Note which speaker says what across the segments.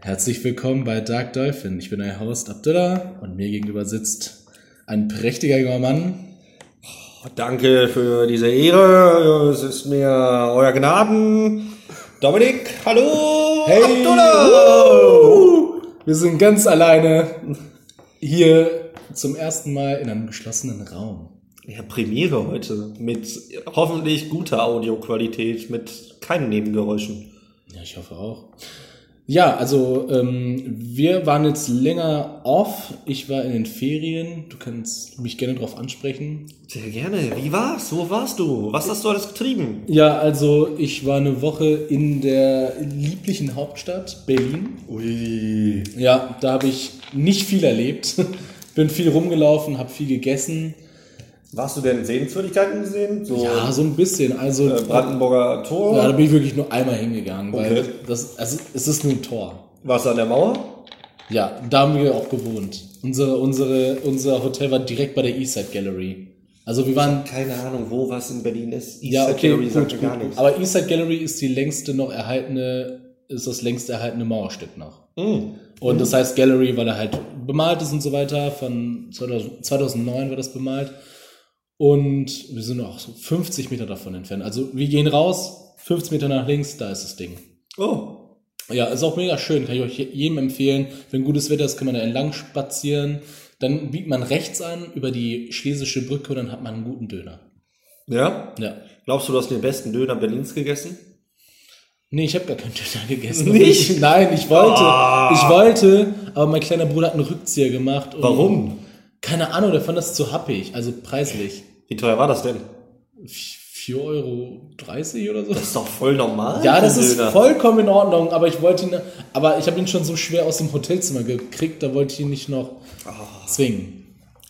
Speaker 1: Herzlich willkommen bei Dark Dolphin. Ich bin euer Host Abdullah und mir gegenüber sitzt ein prächtiger junger Mann.
Speaker 2: Danke für diese Ehre. Es ist mir euer Gnaden. Dominik, hallo.
Speaker 1: Hey.
Speaker 2: Abdullah.
Speaker 1: Wir sind ganz alleine hier zum ersten Mal in einem geschlossenen Raum.
Speaker 2: Ja, Premiere heute mit hoffentlich guter Audioqualität, mit keinen Nebengeräuschen.
Speaker 1: Ja, ich hoffe auch. Ja, also ähm, wir waren jetzt länger off. Ich war in den Ferien. Du kannst mich gerne darauf ansprechen.
Speaker 2: Sehr gerne. Wie war's? Wo warst du? Was hast du alles getrieben?
Speaker 1: Ja, also ich war eine Woche in der lieblichen Hauptstadt Berlin.
Speaker 2: Ui.
Speaker 1: Ja, da habe ich nicht viel erlebt. Bin viel rumgelaufen, habe viel gegessen.
Speaker 2: Warst du denn Sehenswürdigkeiten gesehen? So
Speaker 1: Ja, so ein bisschen. Also
Speaker 2: äh, Brandenburger Tor?
Speaker 1: ja, da bin ich wirklich nur einmal hingegangen, weil
Speaker 2: Okay.
Speaker 1: das, also es ist nur ein Tor.
Speaker 2: Warst du an der Mauer?
Speaker 1: Ja, da haben wir auch gewohnt. Unsere, unsere, unser Hotel war direkt bei der Eastside Gallery. Also wir waren
Speaker 2: Keine Ahnung, wo was in Berlin ist. East
Speaker 1: ja
Speaker 2: Side
Speaker 1: okay,
Speaker 2: Gallery
Speaker 1: gut,
Speaker 2: sagt
Speaker 1: gut,
Speaker 2: mir gar nichts.
Speaker 1: gut. aber Eastside Gallery ist die längste noch erhaltene, ist das längst erhaltene Mauerstück noch.
Speaker 2: Mm.
Speaker 1: Und das heißt Gallery, weil er halt bemalt ist und so weiter. Von 2000, 2009 war das bemalt. Und wir sind auch so 50 Meter davon entfernt. Also wir gehen raus, 50 Meter nach links, da ist das Ding.
Speaker 2: Oh,
Speaker 1: Ja, ist auch mega schön, kann ich euch jedem empfehlen. Wenn gutes Wetter ist, kann man da entlang spazieren. Dann biegt man rechts an über die Schlesische Brücke und dann hat man einen guten Döner.
Speaker 2: ja.
Speaker 1: Ja.
Speaker 2: Glaubst du, du hast den besten Döner Berlins gegessen?
Speaker 1: Nee, ich habe gar keinen Döner gegessen.
Speaker 2: Nicht?
Speaker 1: Nein, ich wollte.
Speaker 2: Ah.
Speaker 1: Ich wollte, aber mein kleiner Bruder hat einen Rückzieher gemacht. und-
Speaker 2: Warum?
Speaker 1: Keine Ahnung, der fand das zu happig, also preislich.
Speaker 2: Wie teuer war das denn?
Speaker 1: 4,30 Euro oder so?
Speaker 2: Das ist doch voll normal.
Speaker 1: Ja,
Speaker 2: ein
Speaker 1: das ist
Speaker 2: Döner.
Speaker 1: vollkommen in Ordnung, aber ich wollte ihn, aber ich habe ihn schon so schwer aus dem Hotelzimmer gekriegt, da wollte ich ihn nicht noch
Speaker 2: Ah.
Speaker 1: zwingen.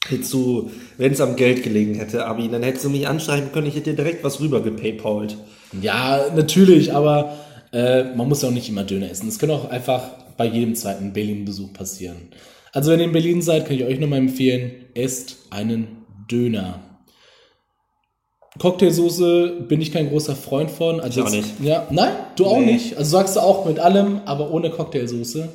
Speaker 2: Hättest du, wenn es am Geld gelegen hätte, Abi, dann hättest du mich anschreiben können, ich hätte dir direkt was rüber gepaypalt.
Speaker 1: Ja, natürlich, aber äh, man muss ja auch nicht immer Döner essen. Das kann auch einfach bei jedem zweiten Berlin-Besuch passieren. Also wenn ihr in Berlin seid, kann ich euch nochmal empfehlen, esst einen Döner. Cocktailsoße bin ich kein großer Freund von. Also
Speaker 2: Ich auch
Speaker 1: jetzt-
Speaker 2: nicht.
Speaker 1: Ja, nein, du auch
Speaker 2: Nee.
Speaker 1: nicht. Also sagst du auch mit allem, aber ohne Cocktailsoße.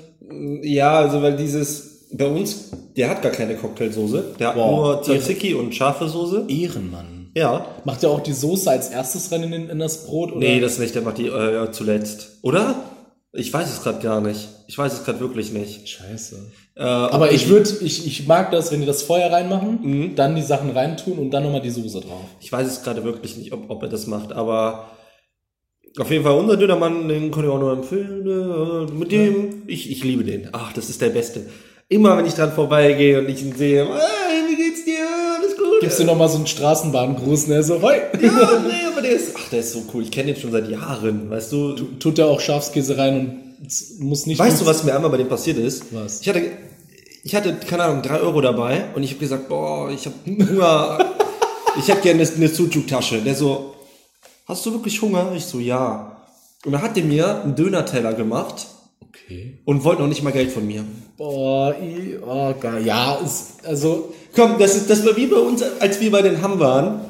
Speaker 2: Ja, also weil dieses, bei uns, der hat gar keine Cocktailsoße. Der hat
Speaker 1: Boah,
Speaker 2: nur Tzatziki und scharfe Soße.
Speaker 1: Ehrenmann.
Speaker 2: Ja.
Speaker 1: Macht ihr auch die Soße als erstes rein in, den- in das Brot? Oder?
Speaker 2: Nee, das nicht, der macht die äh, zuletzt. Oder? Ich weiß es gerade gar nicht. Ich weiß es gerade wirklich nicht.
Speaker 1: Scheiße.
Speaker 2: Äh,
Speaker 1: Aber ich würde, ich, ich mag das, wenn die das Feuer reinmachen,
Speaker 2: Mhm.
Speaker 1: dann die Sachen reintun und dann nochmal die Soße drauf.
Speaker 2: Ich weiß es gerade wirklich nicht, ob, ob er das macht, aber auf jeden Fall unser Dönermann, den kann ich auch nur empfehlen. äh, Mit dem, ich, ich liebe den. Ach, das ist der Beste. Immer wenn ich dran vorbeigehe und ich ihn sehe, hey, wie geht's dir? Alles gut?
Speaker 1: Gibst du nochmal so einen Straßenbahngruß, ne? So, hoi.
Speaker 2: ja, nee, aber der ist, ach, der ist so cool. Ich kenne den schon seit Jahren, weißt du?
Speaker 1: Tut er auch Schafskäse rein und z- muss nicht.
Speaker 2: weißt du, was mir einmal bei dem passiert ist?
Speaker 1: Was?
Speaker 2: Ich hatte, ich hatte keine Ahnung, drei Euro dabei und ich habe gesagt, boah, ich habe Hunger. ich hätte gerne eine Sucuk-Tasche. Der so, hast du wirklich Hunger? Ich so, ja. Und dann hat der mir einen Dönerteller gemacht
Speaker 1: Okay.
Speaker 2: und wollte noch nicht mal Geld von mir.
Speaker 1: Boah, i, oh, geil. Ja, ist, also,
Speaker 2: Komm, das, ist, das war wie bei uns, als wir bei den Hamm waren.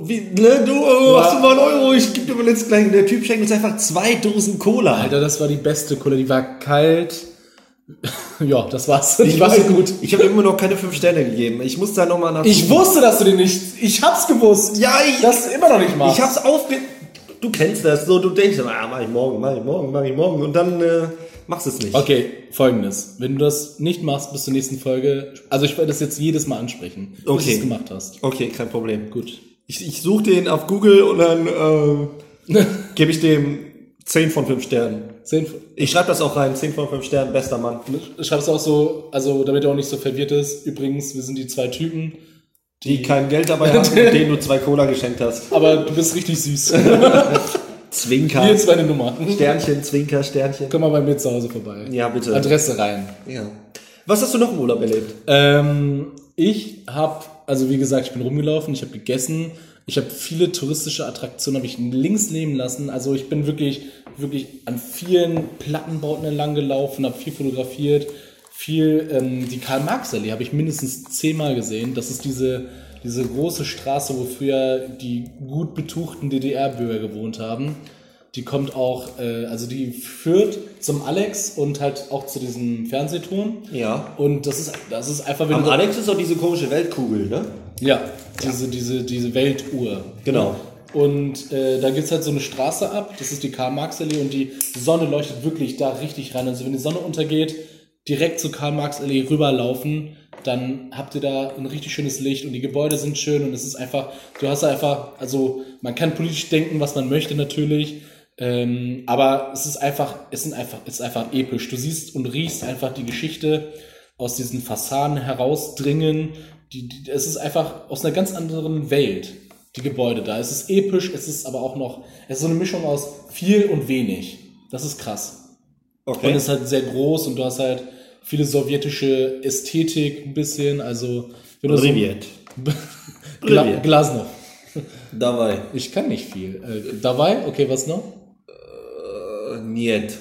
Speaker 2: Wie, ne, du, oh,
Speaker 1: Ja.
Speaker 2: hast du mal einen Euro, ich gebe dir mal jetzt gleich. Der Typ schenkt uns einfach zwei Dosen Cola.
Speaker 1: Alter, das war die beste Cola. Die war kalt. ja, das war's. Die war
Speaker 2: wusste-
Speaker 1: gut.
Speaker 2: Ich habe immer noch keine fünf Sterne gegeben. Ich muss da nochmal nach.
Speaker 1: Ich wusste, dass du den nicht. Ich hab's gewusst.
Speaker 2: Ja, ich-
Speaker 1: Das immer noch nicht mal.
Speaker 2: Ich hab's aufge. Du kennst das so, du denkst, ah, mach ich morgen, mach ich morgen, mach ich morgen. Und dann äh, machst du es nicht.
Speaker 1: Okay, folgendes. Wenn du das nicht machst bis zur nächsten Folge, also ich werde das jetzt jedes Mal ansprechen, bis
Speaker 2: Okay.
Speaker 1: du es gemacht hast.
Speaker 2: Okay, kein Problem.
Speaker 1: Gut.
Speaker 2: Ich, ich suche den auf Google und dann äh, gebe ich dem 10 von 5 Sternen.
Speaker 1: Zehn,
Speaker 2: Ich schreibe das auch rein, 10 von 5 Sternen, bester Mann.
Speaker 1: schreibst du auch so, also damit er auch nicht so verwirrt ist. Übrigens, wir sind die zwei Typen,
Speaker 2: Die kein Geld dabei haben, und denen du zwei Cola geschenkt hast.
Speaker 1: aber du bist richtig süß. Hier
Speaker 2: Zwinker.
Speaker 1: ist meine Nummer.
Speaker 2: Sternchen, Zwinker, Sternchen.
Speaker 1: Komm mal bei mir zu Hause vorbei.
Speaker 2: Ja, bitte.
Speaker 1: Adresse rein.
Speaker 2: Ja. Was hast du noch im Urlaub erlebt?
Speaker 1: Ähm, ich habe, also wie gesagt, ich bin rumgelaufen, ich habe gegessen, ich habe viele touristische Attraktionen habe ich links leben lassen. Also ich bin wirklich, wirklich an vielen Plattenbauten entlang gelaufen, habe viel fotografiert, viel ähm, die Karl-Marx-Allee habe ich mindestens zehnmal gesehen. Das ist diese diese große Straße, wo früher die gut betuchten DDR-Bürger gewohnt haben. Die kommt auch, äh, also die führt zum Alex und halt auch zu diesem Fernsehton.
Speaker 2: Ja.
Speaker 1: Und das ist, das ist einfach, wenn
Speaker 2: Am
Speaker 1: du-
Speaker 2: Alex ist auch diese komische Weltkugel, ne?
Speaker 1: Ja, diese, diese, diese Weltuhr.
Speaker 2: Genau.
Speaker 1: Und äh, da gibt's halt so eine Straße ab, das ist die Karl-Marx-Allee und die Sonne leuchtet wirklich da richtig rein. Also wenn die Sonne untergeht, direkt zur Karl-Marx-Allee rüberlaufen, dann habt ihr da ein richtig schönes Licht und die Gebäude sind schön und es ist einfach, du hast da einfach, also man kann politisch denken, was man möchte natürlich, ähm, aber es ist einfach, es sind einfach, es ist einfach episch. Du siehst und riechst einfach die Geschichte aus diesen Fassaden herausdringen. Die, die, es ist einfach aus einer ganz anderen Welt, die Gebäude da. Es ist episch, es ist aber auch noch, es ist so eine Mischung aus viel und wenig. Das ist krass.
Speaker 2: Okay.
Speaker 1: Und es ist halt sehr groß und du hast halt viele sowjetische Ästhetik ein bisschen, also wenn du
Speaker 2: Riviet.
Speaker 1: so Gla
Speaker 2: Rivier.
Speaker 1: Glasnow.
Speaker 2: Dabei.
Speaker 1: Ich kann nicht viel. Äh, dabei, okay, was noch?
Speaker 2: Äh, Niet.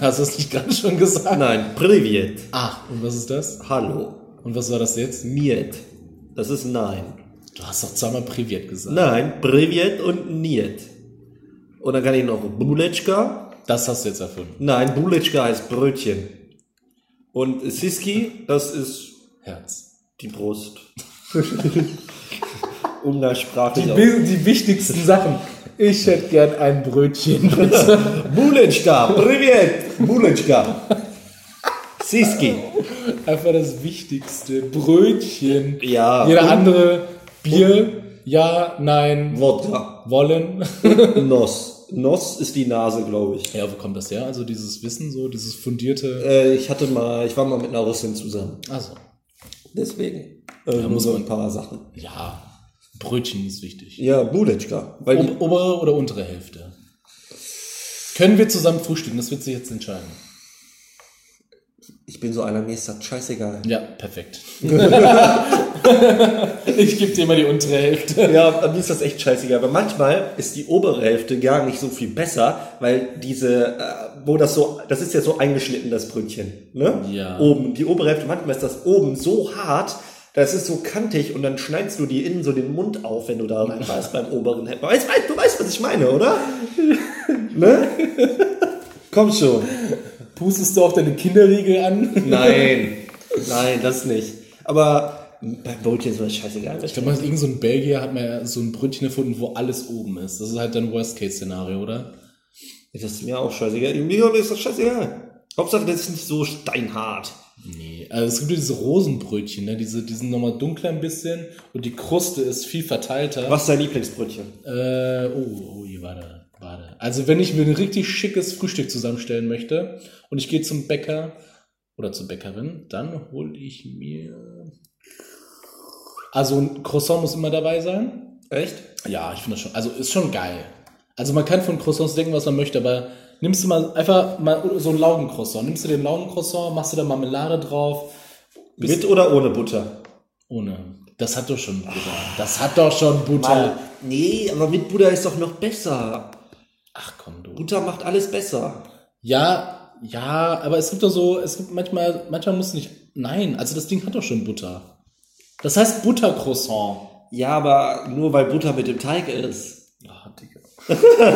Speaker 1: Hast du es nicht gerade schon gesagt?
Speaker 2: Nein, Privet.
Speaker 1: Ah, und was ist das?
Speaker 2: Hallo.
Speaker 1: Und was war das jetzt?
Speaker 2: Niet. Das ist nein.
Speaker 1: Du hast doch zweimal Privet gesagt.
Speaker 2: Nein, Privet und Niet. Und dann kann ich noch Buletschka.
Speaker 1: Das hast du jetzt erfunden.
Speaker 2: Nein, Buletschka heißt Brötchen. Und Siski, das ist
Speaker 1: Herz.
Speaker 2: die Brust. Um Umgangssprachlich
Speaker 1: Die, wi- die wichtigsten Sachen. Ich hätte gern ein Brötchen. bitte.
Speaker 2: Buletschka, Privet, Buletschka. Siski.
Speaker 1: Einfach das Wichtigste. Brötchen.
Speaker 2: Ja.
Speaker 1: Jeder andere Bier. Ja, nein.
Speaker 2: Wodka.
Speaker 1: Wollen.
Speaker 2: Nos. Nos ist die Nase, glaube ich.
Speaker 1: Ja, wo kommt das her? Also dieses Wissen, so dieses fundierte.
Speaker 2: Äh, ich hatte mal, ich war mal mit einer Russin zusammen.
Speaker 1: Also.
Speaker 2: Deswegen. Äh,
Speaker 1: muss
Speaker 2: muss man
Speaker 1: man-
Speaker 2: ein paar Sachen.
Speaker 1: Ja, Brötchen ist wichtig.
Speaker 2: Ja, Buletschka. Weil die,
Speaker 1: Ob, obere oder untere Hälfte? Können wir zusammen frühstücken? Das wird sich jetzt entscheiden.
Speaker 2: ich bin so einer, mir ist das scheißegal.
Speaker 1: Ja, perfekt. ich gebe dir mal die untere Hälfte.
Speaker 2: Ja, mir ist das echt scheißegal. Aber manchmal ist die obere Hälfte gar nicht so viel besser, weil diese, äh, wo das so, das ist ja so eingeschnitten, das Brötchen. Ne?
Speaker 1: Ja.
Speaker 2: Oben, die obere Hälfte, manchmal ist das oben so hart, das ist so kantig und dann schneidest du dir innen so den Mund auf, wenn du da reinfährst beim oberen Hälfte. Weißt, weißt, du weißt, was ich meine, oder? ne? Komm schon.
Speaker 1: Pustest du auch deine Kinderriegel an?
Speaker 2: Nein, nein, das nicht. Aber beim Brötchen ist mir das scheißegal.
Speaker 1: Ich glaube, irgend so ein Belgier hat mal so ein Brötchen erfunden, wo alles oben ist. Das ist halt dann Worst-Case-Szenario, oder?
Speaker 2: Das ist mir auch scheißegal. Mir ist das scheißegal. Hauptsache, das ist nicht so steinhart.
Speaker 1: Nee. Also es gibt ja diese Rosenbrötchen, ne? diese, die sind nochmal dunkler ein bisschen und die Kruste ist viel verteilter.
Speaker 2: Was ist dein Lieblingsbrötchen?
Speaker 1: Äh, oh, oh, hier, warte, warte. Also wenn ich mir ein richtig schickes Frühstück zusammenstellen möchte und ich gehe zum Bäcker oder zur Bäckerin, dann hole ich mir... Also ein Croissant muss immer dabei sein.
Speaker 2: Echt?
Speaker 1: Ja, ich finde das schon. Also ist schon geil. Also man kann von Croissants denken, was man möchte, aber nimmst du mal einfach mal so ein Laugencroissant. Nimmst du den Laugencroissant, machst du da Marmelade drauf.
Speaker 2: Mit oder ohne Butter?
Speaker 1: Ohne. Das hat doch schon Butter. Das hat doch schon Butter.
Speaker 2: nee, aber mit Butter ist doch noch besser.
Speaker 1: Ach komm du.
Speaker 2: Butter macht alles besser.
Speaker 1: Ja, ja, aber es gibt doch so, es gibt manchmal, manchmal muss nicht. Nein, also das Ding hat doch schon Butter. Das heißt Buttercroissant.
Speaker 2: Ja, aber nur weil Butter mit dem Teig ist.
Speaker 1: Ah, Digga.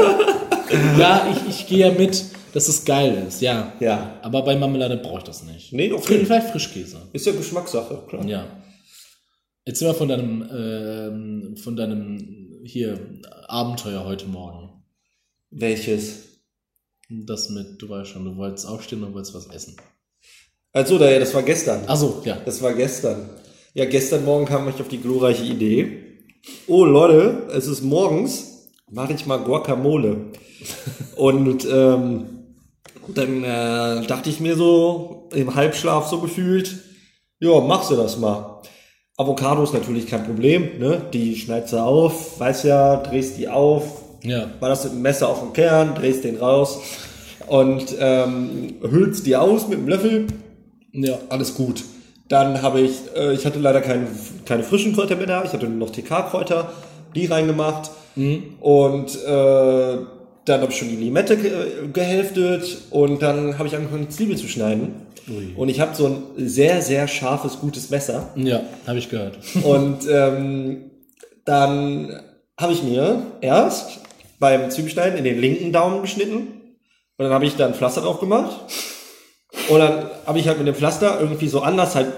Speaker 1: ja, ich, ich gehe ja mit, dass es geil ist, ja.
Speaker 2: Ja.
Speaker 1: Aber bei Marmelade brauche ich das nicht.
Speaker 2: Nee, okay.
Speaker 1: Vielleicht Frischkäse.
Speaker 2: Ist ja Geschmackssache, klar.
Speaker 1: Ja. Erzähl mal von deinem, ähm, von deinem hier Abenteuer heute Morgen.
Speaker 2: Welches?
Speaker 1: Das mit, du weißt schon, du wolltest aufstehen und wolltest was essen.
Speaker 2: Also, da ja, das war gestern.
Speaker 1: Achso, ja.
Speaker 2: Das war gestern. Ja, gestern Morgen kam ich auf die glorreiche Idee. Oh Leute, es ist morgens, mache ich mal Guacamole. Und ähm, dann äh, dachte ich mir so, im Halbschlaf so gefühlt, ja, machst du das mal. Avocado ist natürlich kein Problem, ne? Die schneidest du auf, weißt ja, drehst die auf,
Speaker 1: Ja.
Speaker 2: war das mit dem Messer auf dem Kern, drehst den raus und ähm, hüllst die aus mit dem Löffel
Speaker 1: Ja.
Speaker 2: alles gut. Dann habe ich, äh, ich hatte leider keine, keine frischen Kräuter mehr da, ich hatte nur noch TK-Kräuter, die reingemacht. Und äh, dann habe ich schon die Limette ge gehälftet und dann habe ich angefangen, Zwiebeln zu schneiden.
Speaker 1: Ui.
Speaker 2: Und ich habe so ein sehr, sehr scharfes, gutes Messer.
Speaker 1: Ja, habe ich gehört.
Speaker 2: Und ähm, dann habe ich mir erst, beim Zwiebelschneiden in den linken Daumen geschnitten. Und dann habe ich da ein Pflaster drauf gemacht. Und dann habe ich halt mit dem Pflaster irgendwie so anders halt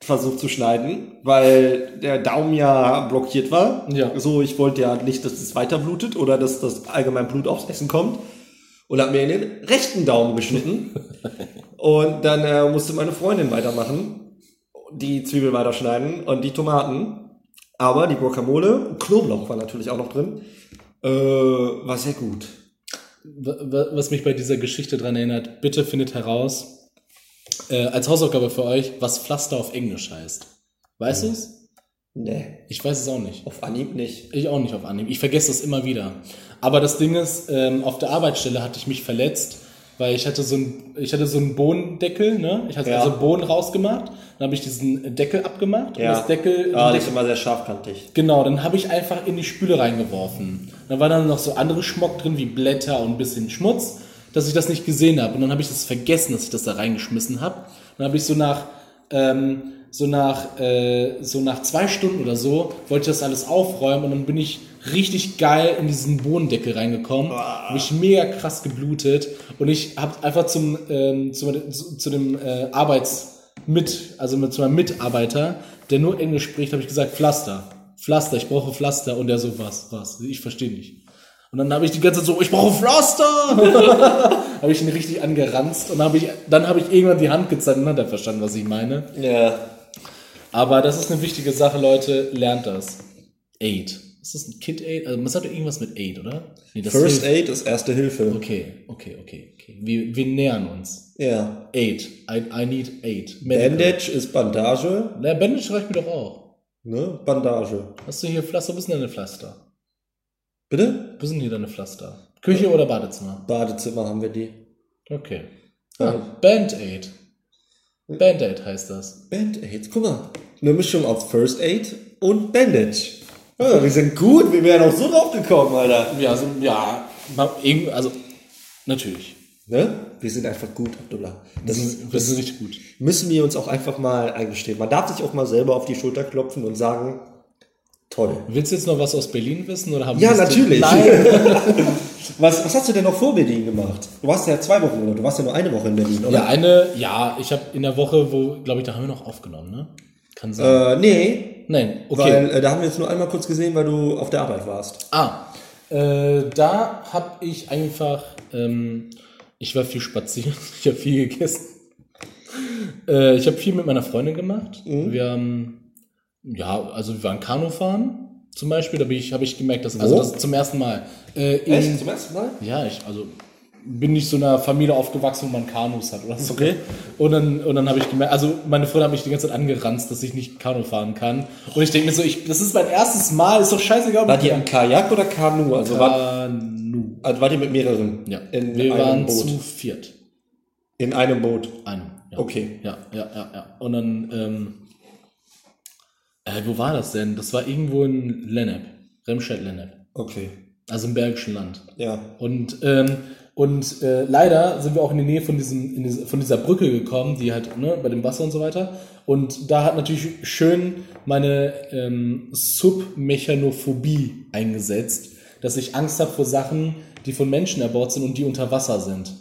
Speaker 2: versucht zu schneiden, weil der Daumen ja blockiert war.
Speaker 1: Ja.
Speaker 2: So, ich wollte ja nicht, dass es weiter blutet oder dass das allgemein Blut aufs Essen kommt. Und habe mir in den rechten Daumen geschnitten. und dann äh, musste meine Freundin weitermachen, die Zwiebel weiterschneiden und die Tomaten. Aber die Guacamole, Knoblauch war natürlich auch noch drin, äh, war sehr gut.
Speaker 1: Wa- wa- was mich bei dieser Geschichte dran erinnert, bitte findet heraus, äh, als Hausaufgabe für euch, was Pflaster auf Englisch heißt. Weißt du's?
Speaker 2: Nee,
Speaker 1: Ich weiß es auch nicht.
Speaker 2: auf Anhieb nicht.
Speaker 1: Ich auch nicht auf Anhieb. Ich vergesse das immer wieder. Aber das Ding ist, ähm, auf der Arbeitsstelle hatte ich mich verletzt, weil ich hatte so einen, ich hatte so einen Bohnendeckel, ne? Ich hatte
Speaker 2: Ja.
Speaker 1: also Bohnen rausgemacht, dann habe ich diesen Deckel abgemacht
Speaker 2: Ja.
Speaker 1: und das Deckel,
Speaker 2: Ah,
Speaker 1: den
Speaker 2: das ist immer sehr scharfkantig.
Speaker 1: Genau, dann habe ich einfach in die Spüle reingeworfen. Da war dann noch so andere Schmock drin, wie Blätter und ein bisschen Schmutz, dass ich das nicht gesehen habe. Und dann habe ich das vergessen, dass ich das da reingeschmissen habe. Dann habe ich so nach, ähm, so nach, äh, so nach zwei Stunden oder so, wollte ich das alles aufräumen und dann bin ich richtig geil in diesen Bohnendeckel reingekommen. Habe ich mega krass geblutet und ich habe einfach zum, ähm, zu, zu, zu dem äh, Arbeits- mit, also mit zu meinem Mitarbeiter, der nur Englisch spricht, habe ich gesagt, Pflaster. Pflaster, ich brauche Pflaster. Und der so, was, was? Ich verstehe nicht. Und dann habe ich die ganze Zeit so, ich brauche Pflaster! habe ich ihn richtig angeranzt und habe ich, dann habe ich irgendwann die Hand gezeigt und hat er verstanden, was ich meine.
Speaker 2: Ja.
Speaker 1: Aber das ist eine wichtige Sache, Leute, lernt das. Aid. Ist das ein Kid Aid? Also, man sagt doch irgendwas mit Aid, oder? Nee, das
Speaker 2: First
Speaker 1: hilft-
Speaker 2: Aid ist erste Hilfe.
Speaker 1: Okay, okay, okay, okay. Wir, wir nähern uns.
Speaker 2: Ja.
Speaker 1: Aid. I, I need Aid. Medical.
Speaker 2: Bandage ist Bandage.
Speaker 1: Na, Bandage reicht mir doch auch.
Speaker 2: Ne? Bandage.
Speaker 1: Hast du hier Pflaster? Wo sind deine Pflaster?
Speaker 2: Bitte?
Speaker 1: Wo sind hier deine Pflaster? Küche oder Badezimmer?
Speaker 2: Badezimmer haben wir die.
Speaker 1: Okay. Ah,
Speaker 2: Ja.
Speaker 1: Band-Aid. Band-Aid heißt das.
Speaker 2: Band-Aids, guck mal. Eine Mischung aus First Aid und Bandage. Ja, wir sind gut, wir wären auch so drauf gekommen, Alter.
Speaker 1: Ja, also, ja, ma- irgend- also, natürlich.
Speaker 2: Ne? Wir sind einfach gut, Abdullah. Das,
Speaker 1: Das
Speaker 2: ist,
Speaker 1: ist, das ist nicht gut.
Speaker 2: müssen wir uns auch einfach mal eingestehen. Man darf sich auch mal selber auf die Schulter klopfen und sagen, toll.
Speaker 1: Willst du jetzt noch was aus Berlin wissen? Oder haben
Speaker 2: Ja,
Speaker 1: wir das-
Speaker 2: natürlich.
Speaker 1: Nein.
Speaker 2: Was, was hast du denn noch vor Berlin gemacht? Du warst ja zwei Wochen oder du warst ja nur eine Woche in Berlin,
Speaker 1: Ja,
Speaker 2: oder?
Speaker 1: eine, ja, ich habe in der Woche, wo, glaube ich, da haben wir noch aufgenommen, ne? Kann sein.
Speaker 2: Äh, nee,
Speaker 1: Nein, okay.
Speaker 2: Weil äh, da haben wir jetzt nur einmal kurz gesehen, weil du auf der Arbeit warst.
Speaker 1: Ah, äh, da habe ich einfach, ähm, ich war viel spazieren, ich habe viel gegessen. Äh, ich habe viel mit meiner Freundin gemacht.
Speaker 2: Mhm.
Speaker 1: Wir haben, ja, also wir waren Kanufahren zum Beispiel, da bin ich, habe ich gemerkt, dass, also
Speaker 2: Wo?
Speaker 1: das zum ersten Mal. Äh, in,
Speaker 2: Zum ersten Mal?
Speaker 1: Ja, ich, also bin nicht so in einer Familie aufgewachsen, wo man Kanus hat oder so.
Speaker 2: Okay.
Speaker 1: Und dann, und dann habe ich gemerkt, also meine Freunde haben mich die ganze Zeit angeranzt, dass ich nicht Kanu fahren kann. Und ich denke mir so, ich, das ist mein erstes Mal, ist doch scheißegal. ob
Speaker 2: War
Speaker 1: ich-
Speaker 2: die im Kajak oder Kanu? Also, war,
Speaker 1: Kanu.
Speaker 2: also war die mit mehreren?
Speaker 1: Ja,
Speaker 2: In
Speaker 1: wir
Speaker 2: einem
Speaker 1: waren
Speaker 2: Boot.
Speaker 1: zu viert.
Speaker 2: in einem Boot.
Speaker 1: Einem. Ja.
Speaker 2: Okay.
Speaker 1: Ja, ja, ja, ja. Und dann, ähm, äh, wo war das denn? Das war irgendwo in Lennep, Remscheid-Lennep,
Speaker 2: Okay.
Speaker 1: also im Bergischen Land.
Speaker 2: Ja.
Speaker 1: Und, ähm, und äh, leider sind wir auch in die Nähe von, diesem, in diese, von dieser Brücke gekommen, die halt ne, bei dem Wasser und so weiter. Und da hat natürlich schön meine ähm, Submechanophobie eingesetzt, dass ich Angst habe vor Sachen, die von Menschen erbaut sind und die unter Wasser sind.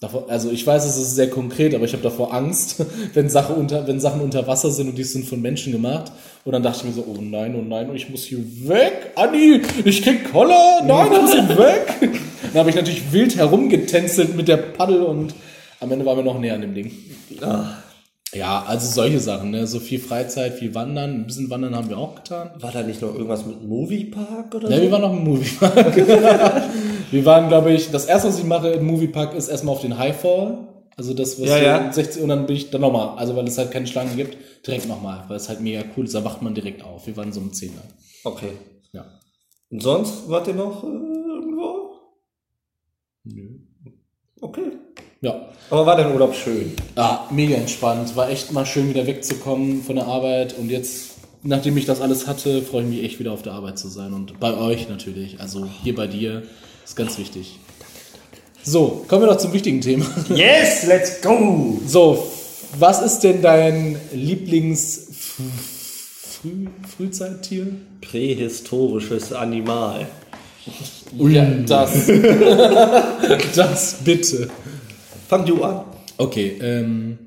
Speaker 1: Davor, also ich weiß, es ist sehr konkret, aber ich habe davor Angst, wenn, Sache unter, wenn Sachen unter Wasser sind und die sind von Menschen gemacht. Und dann dachte ich mir so, oh nein, oh nein, ich muss hier weg, Anni, ich krieg Koller, nein, ich muss hier weg. Dann habe ich natürlich wild herumgetänzelt mit der Paddel und am Ende waren wir noch näher an dem Ding.
Speaker 2: Ah,
Speaker 1: Ja, also solche Sachen, ne? so viel Freizeit, viel Wandern, ein bisschen Wandern haben wir auch getan.
Speaker 2: war da nicht noch irgendwas mit Moviepark oder
Speaker 1: Ja, Ne,
Speaker 2: so?
Speaker 1: wir waren noch im Moviepark. wir waren, glaube ich, das erste, was ich mache im Moviepark, ist erstmal auf den Highfall. Also das, was
Speaker 2: Ja,
Speaker 1: wir
Speaker 2: ja.
Speaker 1: um 16 und dann bin ich dann nochmal, also weil es halt keine Schlangen gibt, direkt nochmal, weil es halt mega cool ist. Da wacht man direkt auf. Wir waren so um 10 Uhr.
Speaker 2: Okay.
Speaker 1: Ja.
Speaker 2: Und sonst wart ihr noch äh, irgendwo?
Speaker 1: Nö.
Speaker 2: Okay.
Speaker 1: Ja.
Speaker 2: Aber war dein Urlaub schön?
Speaker 1: Ah, mega entspannt. War echt mal schön wieder wegzukommen von der Arbeit. Und jetzt, nachdem ich das alles hatte, freue ich mich echt wieder auf der Arbeit zu sein. Und bei euch natürlich. Also hier bei dir ist ganz wichtig. So, kommen wir doch zum wichtigen Thema.
Speaker 2: Yes, let's go!
Speaker 1: So, was ist denn dein Lieblings Früh Frühzeittier?
Speaker 2: Prähistorisches Animal.
Speaker 1: Ja, das. das bitte.
Speaker 2: Fang du an.
Speaker 1: Okay, ähm,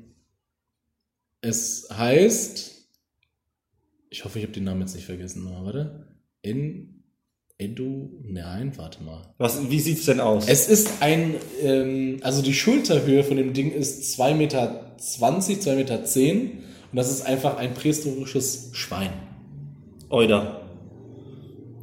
Speaker 1: es heißt, ich hoffe, ich habe den Namen jetzt nicht vergessen, aber warte. In Edu, nein, warte mal.
Speaker 2: Was, wie sieht's denn aus?
Speaker 1: Es ist ein, ähm, also die Schulterhöhe von dem Ding ist 2,20 Meter, 2,10 Meter und das ist einfach ein prähistorisches Schwein.
Speaker 2: Euder.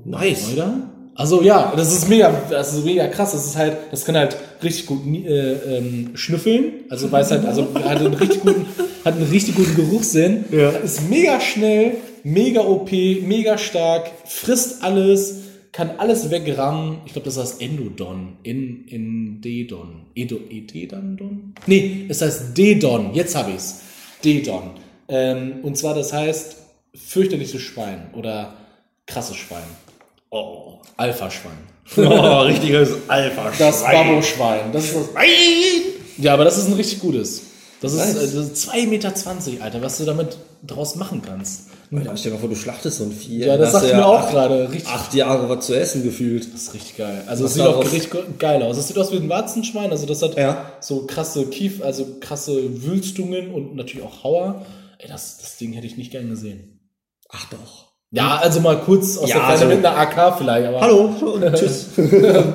Speaker 2: Nice.
Speaker 1: Oder? Also ja, das ist mega, das ist mega krass. Das ist halt, das kann halt richtig gut äh, ähm, schnüffeln. Also weiß halt, also hat einen richtig guten, hat einen richtig guten Geruchssinn.
Speaker 2: Ja.
Speaker 1: Ist mega schnell, mega OP, mega stark, frisst alles, kann alles wegrammen. Ich glaube, das heißt Endodon, in Endedon, Edo, Ededandon? Nee, es heißt Dedon. Jetzt habe ich's. Dedon. Ähm, und zwar das heißt fürchterliches Schwein oder krasses Schwein.
Speaker 2: Oh.
Speaker 1: Alpha-Schwein.
Speaker 2: oh, richtiges Alpha.
Speaker 1: Das Babbo-Schwein. Das ist,
Speaker 2: Nein!
Speaker 1: ja, aber das ist ein richtig gutes. Das ist,
Speaker 2: Nice.
Speaker 1: äh, das ist 2,20 Meter, Alter, was du damit draus machen kannst.
Speaker 2: Stell dir mal vor, du schlachtest so ein Vieh.
Speaker 1: Ja, das
Speaker 2: Dann hast
Speaker 1: sagt
Speaker 2: du
Speaker 1: mir auch
Speaker 2: acht-
Speaker 1: gerade. Richtig,
Speaker 2: Acht Jahre was zu essen gefühlt.
Speaker 1: das ist richtig geil. Also,
Speaker 2: Was
Speaker 1: es sieht
Speaker 2: daraus-
Speaker 1: auch richtig ge- geil aus. Es sieht aus wie ein Warzenschwein. Also, das hat
Speaker 2: Ja.
Speaker 1: so krasse Kief, also krasse Wülstungen und natürlich auch Hauer. Ey, das, das Ding hätte ich nicht gern gesehen.
Speaker 2: Ach doch.
Speaker 1: Ja, also mal kurz aus
Speaker 2: Ja, also
Speaker 1: der Ferne
Speaker 2: so-
Speaker 1: mit einer AK vielleicht. Aber
Speaker 2: Hallo und tschüss.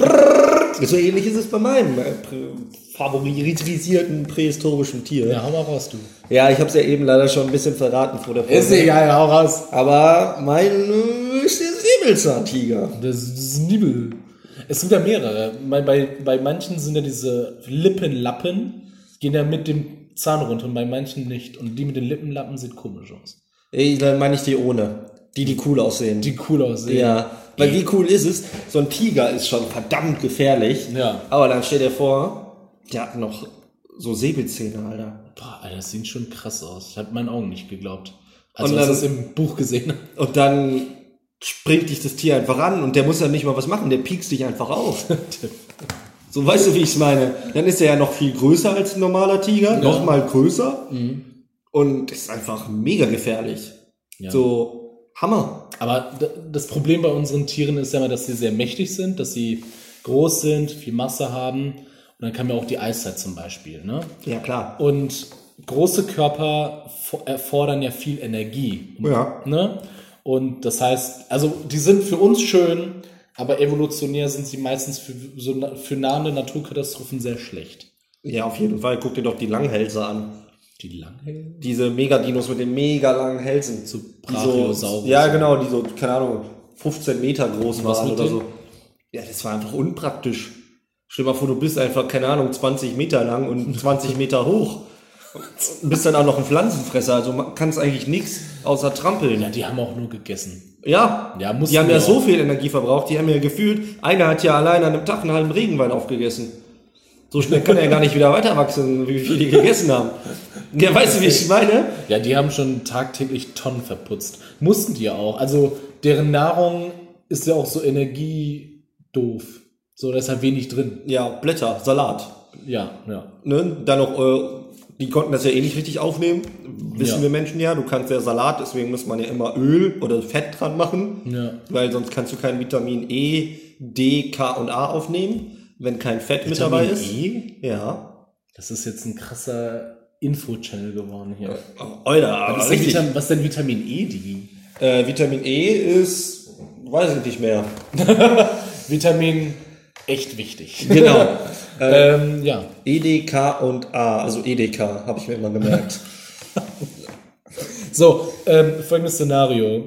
Speaker 2: so ähnlich ist es bei meinem äh, prä- favoritisierten prähistorischen Tier.
Speaker 1: Ja, hau mal raus, du.
Speaker 2: Ja, ich habe es ja eben leider schon ein bisschen verraten vor der Folge.
Speaker 1: egal, hau raus.
Speaker 2: Aber mein äh, ist der Säbelzahntiger.
Speaker 1: Das ist Nibel. Es sind ja mehrere. Bei, bei, bei manchen sind ja diese Lippenlappen, gehen ja mit dem Zahn runter und bei manchen nicht. Und die mit den Lippenlappen sieht komisch aus.
Speaker 2: Ey, Dann meine ich die ohne. Die, die cool aussehen.
Speaker 1: Die cool aussehen.
Speaker 2: ja. Weil wie cool ist es? So ein Tiger ist schon verdammt gefährlich.
Speaker 1: Ja.
Speaker 2: Aber dann stell dir vor, der hat noch so Säbelzähne, Alter.
Speaker 1: Boah, Alter, das sieht schon krass aus. Ich habe meinen Augen nicht geglaubt. Also
Speaker 2: Und
Speaker 1: als
Speaker 2: dann-
Speaker 1: ich es im Buch gesehen habe.
Speaker 2: Und dann springt dich das Tier einfach an und der muss dann nicht mal was machen, der piekst dich einfach auf. So weißt du, wie ich es meine. Dann ist er ja noch viel größer als ein normaler Tiger, noch mal größer und ist einfach mega gefährlich.
Speaker 1: Ja.
Speaker 2: So Hammer.
Speaker 1: Aber d- das Problem bei unseren Tieren ist ja immer, dass sie sehr mächtig sind, dass sie groß sind, viel Masse haben. Und dann kam ja auch die Eiszeit zum Beispiel. Ne?
Speaker 2: Ja klar.
Speaker 1: Und große Körper fo- erfordern ja viel Energie.
Speaker 2: Ja.
Speaker 1: Ne? Und das heißt, also die sind für uns schön, aber evolutionär sind sie meistens für, so, na- für nahende Naturkatastrophen sehr schlecht.
Speaker 2: Ja, auf jeden Fall. Guck dir doch die Langhälse an.
Speaker 1: Die Langhälse?
Speaker 2: Diese Megadinos mit den mega langen Hälsen.
Speaker 1: So
Speaker 2: Die
Speaker 1: Brachiosaurus.
Speaker 2: ja, genau, die so, keine Ahnung, 15 Meter groß
Speaker 1: was
Speaker 2: waren
Speaker 1: mit
Speaker 2: oder
Speaker 1: denen?
Speaker 2: so. Ja, das war einfach unpraktisch. Stell dir mal vor, du bist einfach, keine Ahnung, 20 Meter lang und 20 Meter hoch. Und Bist dann auch noch ein Pflanzenfresser, also man- kannst eigentlich nichts außer trampeln.
Speaker 1: Ja, die haben auch nur gegessen.
Speaker 2: Ja,
Speaker 1: Ja, mussten
Speaker 2: die haben
Speaker 1: wir
Speaker 2: ja
Speaker 1: auch.
Speaker 2: so viel Energie verbraucht, die haben ja gefühlt, einer hat ja allein an einem Tag einen halben Regenwein aufgegessen. So schnell kann er gar nicht wieder weiter wachsen, wie viel die gegessen haben. Ja, weißt du, wie ich meine?
Speaker 1: Ja, die haben schon tagtäglich Tonnen verputzt. Mussten die ja auch. Also deren Nahrung ist ja auch so energiedoof. So, da ist halt wenig drin.
Speaker 2: Ja, Blätter, Salat.
Speaker 1: Ja, ja.
Speaker 2: ne, dann noch, äh, die konnten das ja eh nicht richtig aufnehmen, wissen
Speaker 1: Ja.
Speaker 2: wir Menschen ja. Du kannst ja Salat, deswegen muss man ja immer Öl oder Fett dran machen,
Speaker 1: Ja.
Speaker 2: weil sonst kannst du kein Vitamin E, D, K und A aufnehmen, wenn kein Fett mit dabei
Speaker 1: Vitamin
Speaker 2: ist.
Speaker 1: E?
Speaker 2: Ja.
Speaker 1: Das ist jetzt ein krasser Info-Channel geworden hier.
Speaker 2: Oh, Alter,
Speaker 1: Was
Speaker 2: aber
Speaker 1: ist, denn
Speaker 2: richtig.
Speaker 1: Vitamin, was ist denn Vitamin E, Digi?
Speaker 2: Äh, Vitamin E ist, weiß ich nicht mehr.
Speaker 1: Vitamin echt wichtig.
Speaker 2: Genau.
Speaker 1: ähm, ja.
Speaker 2: EDK E und A, also EDK, habe ich mir immer gemerkt.
Speaker 1: So, ähm, folgendes Szenario.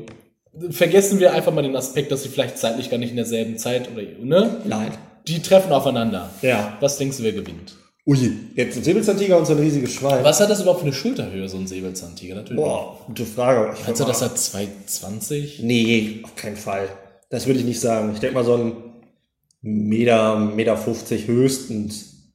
Speaker 1: Vergessen wir einfach mal den Aspekt, dass sie vielleicht zeitlich gar nicht in derselben Zeit oder ne?
Speaker 2: Nein.
Speaker 1: Die treffen aufeinander.
Speaker 2: Ja.
Speaker 1: Was denkst du, wer gewinnt?
Speaker 2: Ui, jetzt ein Säbelzahntiger und so ein riesiges Schwein.
Speaker 1: Was hat das überhaupt für eine Schulterhöhe, so ein Säbelzahntiger? Natürlich.
Speaker 2: Boah, gute Frage. Ich
Speaker 1: Meinst du,
Speaker 2: würd
Speaker 1: das
Speaker 2: mal-
Speaker 1: hat 2,20?
Speaker 2: Nee, auf keinen Fall. Das würde ich nicht sagen. Ich denke mal, so ein Meter, Meter 50 höchstens.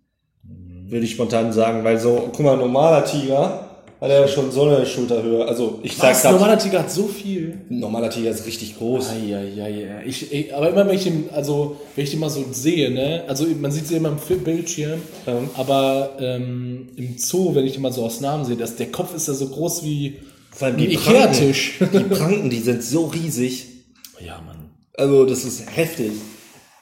Speaker 2: Würde ich spontan sagen, weil so, guck mal, ein normaler Tiger hat ja schon so eine Schulterhöhe. Also, ich sag
Speaker 1: Was? Ein
Speaker 2: grad,
Speaker 1: normaler Tiger hat so viel.
Speaker 2: ein normaler Tiger ist richtig groß.
Speaker 1: Ja, ja, ja. Ich, ich, aber immer wenn ich den, also wenn ich den mal so sehe, ne, also man sieht sie immer im Fi- Bildschirm,
Speaker 2: Ähm.
Speaker 1: aber ähm, im Zoo, wenn ich den mal so aus Namen sehe, dass der Kopf ist ja so groß wie
Speaker 2: Vor allem
Speaker 1: ein
Speaker 2: die Pranken.
Speaker 1: Ikea-Tisch.
Speaker 2: Die Pranken, die sind so riesig.
Speaker 1: ja, Mann.
Speaker 2: Also, das ist heftig.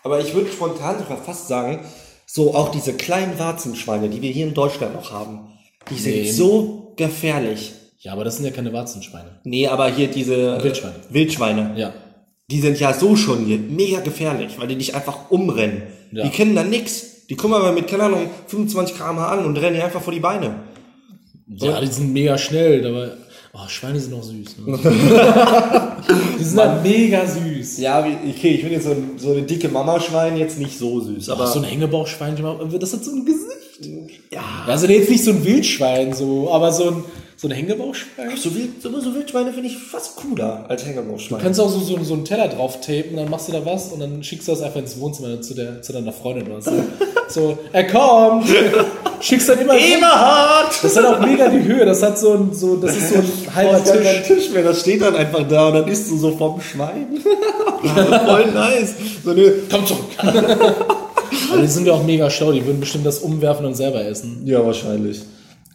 Speaker 2: Aber ich würde spontan sogar fast sagen, so auch diese kleinen Warzenschweine, die wir hier in Deutschland noch haben, die sind
Speaker 1: Nee.
Speaker 2: so gefährlich.
Speaker 1: Ja, aber das sind ja keine Warzenschweine.
Speaker 2: Nee, aber hier diese äh,
Speaker 1: Wildschweine.
Speaker 2: Wildschweine.
Speaker 1: Ja.
Speaker 2: Die sind ja so schon hier mega gefährlich, weil die dich einfach umrennen.
Speaker 1: Ja.
Speaker 2: Die kennen da nix. Die kommen aber mit, keine Ahnung, 25 km/h an und rennen dir einfach vor die Beine.
Speaker 1: Ja, die sind mega schnell, aber. Oh, Schweine sind auch süß. Ne? die sind halt mega süß.
Speaker 2: Ja, wie- okay, ich bin jetzt so, ein- so eine dicke Mamaschwein jetzt nicht so süß,
Speaker 1: Aber
Speaker 2: aber.
Speaker 1: so ein Hängebauchschwein, das hat so ein Gesicht.
Speaker 2: ja.
Speaker 1: Also jetzt nicht so ein Wildschwein, so, aber so ein, so ein Hängebauchschwein.
Speaker 2: So, wild, so, so Wildschweine finde ich fast cooler als
Speaker 1: Du
Speaker 2: Hängebauchschweine.
Speaker 1: kannst auch so, so, so einen Teller drauf tapen, dann machst du da was und dann schickst du das einfach ins Wohnzimmer zu, der, zu deiner Freundin oder so. So, er kommt! Schickst dann immer.
Speaker 2: Eberhard!
Speaker 1: Das hat auch mega die Höhe, das hat so ein, so, das ist so ein halber
Speaker 2: Tisch.
Speaker 1: Tisch.
Speaker 2: Tisch mehr, das steht dann einfach da und dann isst du so vom Schwein. Voll nice. So eine,
Speaker 1: Komm zurück! Aber die sind ja auch mega schlau, die würden bestimmt das umwerfen und selber essen.
Speaker 2: ja, wahrscheinlich.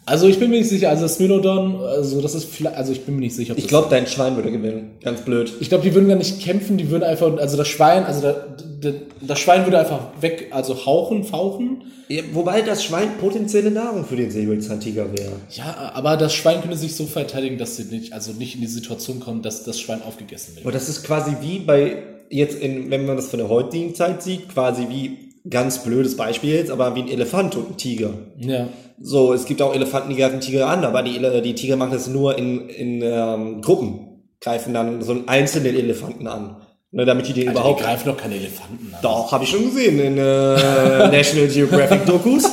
Speaker 1: Also ich bin mir nicht sicher, also das Mylodon, also das ist vielleicht, also ich bin mir nicht sicher. Ob
Speaker 2: Ich
Speaker 1: das-
Speaker 2: glaube, dein Schwein würde gewinnen. Ganz blöd.
Speaker 1: ich glaube, die würden gar nicht kämpfen, die würden einfach, also das Schwein, also da, da, das Schwein würde einfach weg, also hauchen, fauchen.
Speaker 2: Ja, wobei das Schwein potenzielle Nahrung für den Säbelzahntiger wäre.
Speaker 1: Ja, aber das Schwein könnte sich so verteidigen, dass sie nicht, also nicht in die Situation kommen, dass das Schwein aufgegessen wird.
Speaker 2: Und das ist quasi wie bei, jetzt in, wenn man das von der heutigen Zeit sieht, quasi wie, ganz blödes Beispiel jetzt, aber wie ein Elefant und ein Tiger.
Speaker 1: Ja.
Speaker 2: So, es gibt auch Elefanten, die greifen Tiger an, aber die, Ele- die Tiger machen das nur in, in ähm, Gruppen. Greifen dann so einen einzelnen Elefanten an. Ne, damit die den
Speaker 1: Alter,
Speaker 2: überhaupt.
Speaker 1: die greifen doch keine Elefanten an.
Speaker 2: Doch, habe ich schon gesehen in äh, National Geographic Dokus.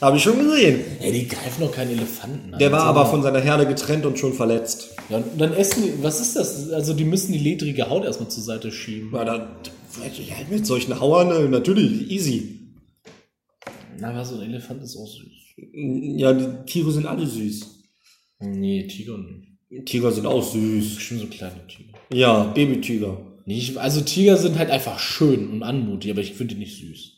Speaker 2: Habe ich schon gesehen.
Speaker 1: Ja, die greifen doch keinen Elefanten an.
Speaker 2: Der war
Speaker 1: Also,
Speaker 2: aber von seiner Herde getrennt und schon verletzt.
Speaker 1: Ja, und dann essen die, was ist das? Also die müssen die ledrige Haut erstmal zur Seite schieben.
Speaker 2: Ja, da, ja, mit solchen Hauern äh, natürlich easy.
Speaker 1: Na, aber so ein Elefant ist auch süß.
Speaker 2: Ja, die Tiere sind alle süß.
Speaker 1: Nee, Tiger nicht.
Speaker 2: Tiger sind auch süß.
Speaker 1: Bestimmt so kleine Tiger.
Speaker 2: Ja, Babytiger.
Speaker 1: Nee, ich, also Tiger sind halt einfach schön und anmutig, aber ich finde die nicht süß.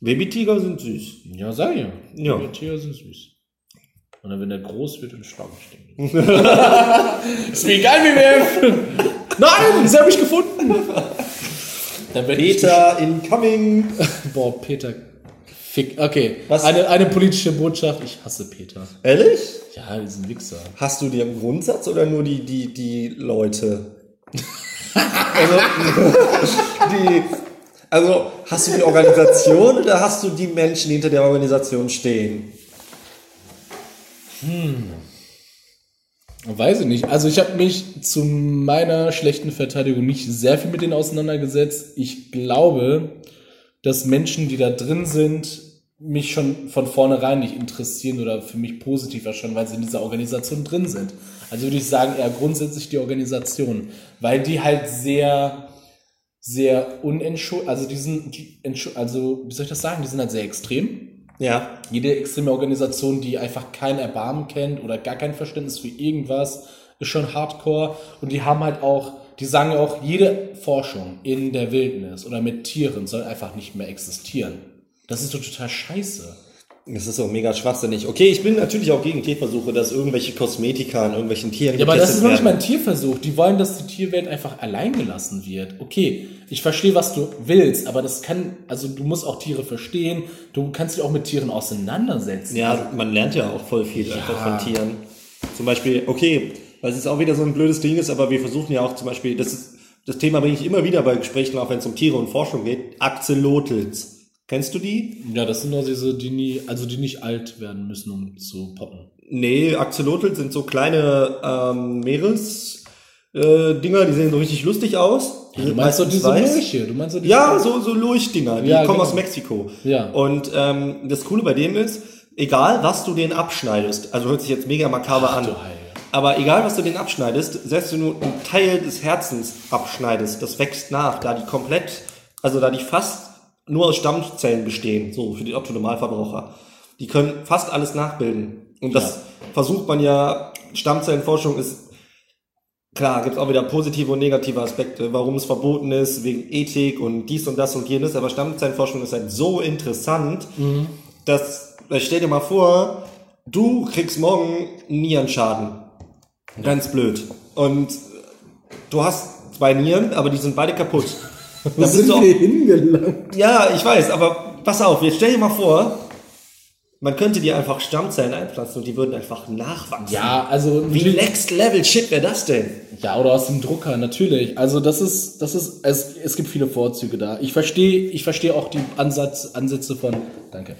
Speaker 2: Babytiger sind süß.
Speaker 1: Ja, sag ich ja.
Speaker 2: Ja.
Speaker 1: Die Tiere sind süß. Und dann, wenn der groß wird, dann schlagen stehen. ist mir egal, wie wir Nein, sie haben mich gefunden. Dann werd ich
Speaker 2: Peter incoming.
Speaker 1: gesch- Boah, Peter. Fick. Okay.
Speaker 2: Was?
Speaker 1: Eine, eine politische Botschaft. Ich hasse Peter.
Speaker 2: Ehrlich?
Speaker 1: Ja, diesen Wichser.
Speaker 2: Hast du dir einen Grundsatz oder nur die, die, die Leute? also, die, also, hast du die Organisation oder hast du die Menschen, die hinter der Organisation stehen?
Speaker 1: Weiß ich nicht. Also ich habe mich zu meiner schlechten Verteidigung nicht sehr viel mit denen auseinandergesetzt. Ich glaube, dass Menschen, die da drin sind, mich schon von vornherein nicht interessieren oder für mich positiv erscheinen, weil sie in dieser Organisation drin sind. Also würde ich sagen, eher grundsätzlich die Organisation, weil die halt sehr, sehr unentschuldigt, also die sind, die entschu- also wie soll ich das sagen, die sind halt sehr extrem
Speaker 2: Ja.
Speaker 1: jede extreme Organisation, die einfach kein Erbarmen kennt oder gar kein Verständnis für irgendwas, ist schon hardcore. Und die haben halt auch, die sagen ja auch, jede Forschung in der Wildnis oder mit Tieren soll einfach nicht mehr existieren. Das ist so total scheiße.
Speaker 2: Das ist auch mega schwachsinnig. Okay, ich bin natürlich auch gegen Tierversuche, dass irgendwelche Kosmetika an irgendwelchen Tieren
Speaker 1: Ja, aber das ist noch nicht mal
Speaker 2: werden.
Speaker 1: ein Tierversuch. Die wollen, dass die Tierwelt einfach allein gelassen wird. Okay, ich verstehe, was du willst, aber das kann, also du musst auch Tiere verstehen. Du kannst dich auch mit Tieren auseinandersetzen.
Speaker 2: Ja, man lernt ja auch voll viel
Speaker 1: Ja.
Speaker 2: einfach von Tieren. Zum Beispiel, okay, weil es ist auch wieder so ein blödes Ding ist, aber wir versuchen ja auch zum Beispiel, das, ist, das Thema bringe ich immer wieder bei Gesprächen, auch wenn es um Tiere und Forschung geht, Axolotls. Kennst du die?
Speaker 1: Ja, das sind doch diese, die nie, also die nicht alt werden müssen, um zu poppen.
Speaker 2: Nee, Axolotl sind so kleine ähm, Meeres. Äh, Dinger, die sehen so richtig lustig aus. Die
Speaker 1: du
Speaker 2: sind
Speaker 1: meinst doch
Speaker 2: meistens
Speaker 1: Hm, also diese
Speaker 2: weiß.
Speaker 1: Lurche, du meinst doch diese
Speaker 2: Ja, so, so Lurchdinger, die
Speaker 1: Ja,
Speaker 2: kommen
Speaker 1: genau.
Speaker 2: aus Mexiko.
Speaker 1: Ja.
Speaker 2: Und ähm, das Coole bei dem ist, egal was du denen abschneidest, also hört sich jetzt mega makaber an,
Speaker 1: du Heilige.
Speaker 2: aber egal was du denen abschneidest, selbst wenn du einen Teil des Herzens abschneidest, das wächst nach, da die komplett, also da die fast nur aus Stammzellen bestehen, so für den Otto-Normalverbraucher. Die können fast alles nachbilden. Und das versucht man ja, Stammzellenforschung ist Klar, gibt's auch wieder positive und negative Aspekte, warum es verboten ist, wegen Ethik und dies und das und jenes, aber Stammzellenforschung ist halt so interessant, dass, weil stell dir mal vor, du kriegst morgen Nierenschaden. Ganz blöd. Und du hast zwei Nieren, aber die sind beide kaputt.
Speaker 1: Wo
Speaker 2: bist
Speaker 1: sind
Speaker 2: du auch-
Speaker 1: wir hingelangt?
Speaker 2: Ja, ich weiß, aber pass auf, jetzt stell dir mal vor, man könnte dir einfach Stammzellen einpflanzen und die würden einfach nachwachsen.
Speaker 1: Ja, also
Speaker 2: Wie next level shit wäre das denn?
Speaker 1: Ja, oder aus dem Drucker, natürlich. Also das ist, das ist, es, es gibt viele Vorzüge da. Ich verstehe, ich verstehe auch die Ansatz, Ansätze von, danke.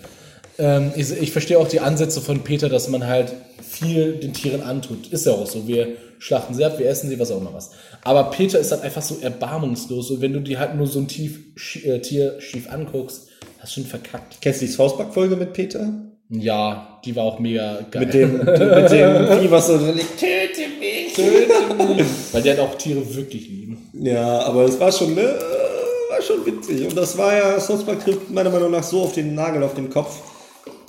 Speaker 1: Ähm, ich, ich verstehe auch die Ansätze von Peter, dass man halt viel den Tieren antut. Ist ja auch so. Wir schlachten sie ab, wir essen sie, was auch immer was. Aber Peter ist halt einfach so erbarmungslos und wenn du dir halt nur so ein tief, schi- äh, Tier schief anguckst, hast du schon verkackt.
Speaker 2: Kennst du die Hausback-Folge mit Peter?
Speaker 1: Ja, die war auch mega geil.
Speaker 2: Mit dem, mit dem Vieh, was so drin liegt. Töte mich!
Speaker 1: Weil die halt auch Tiere wirklich lieben.
Speaker 2: Ja, aber es war schon, ne, äh, war schon witzig. Und das war ja, Hausback trifft meiner Meinung nach so auf den Nagel, auf den Kopf.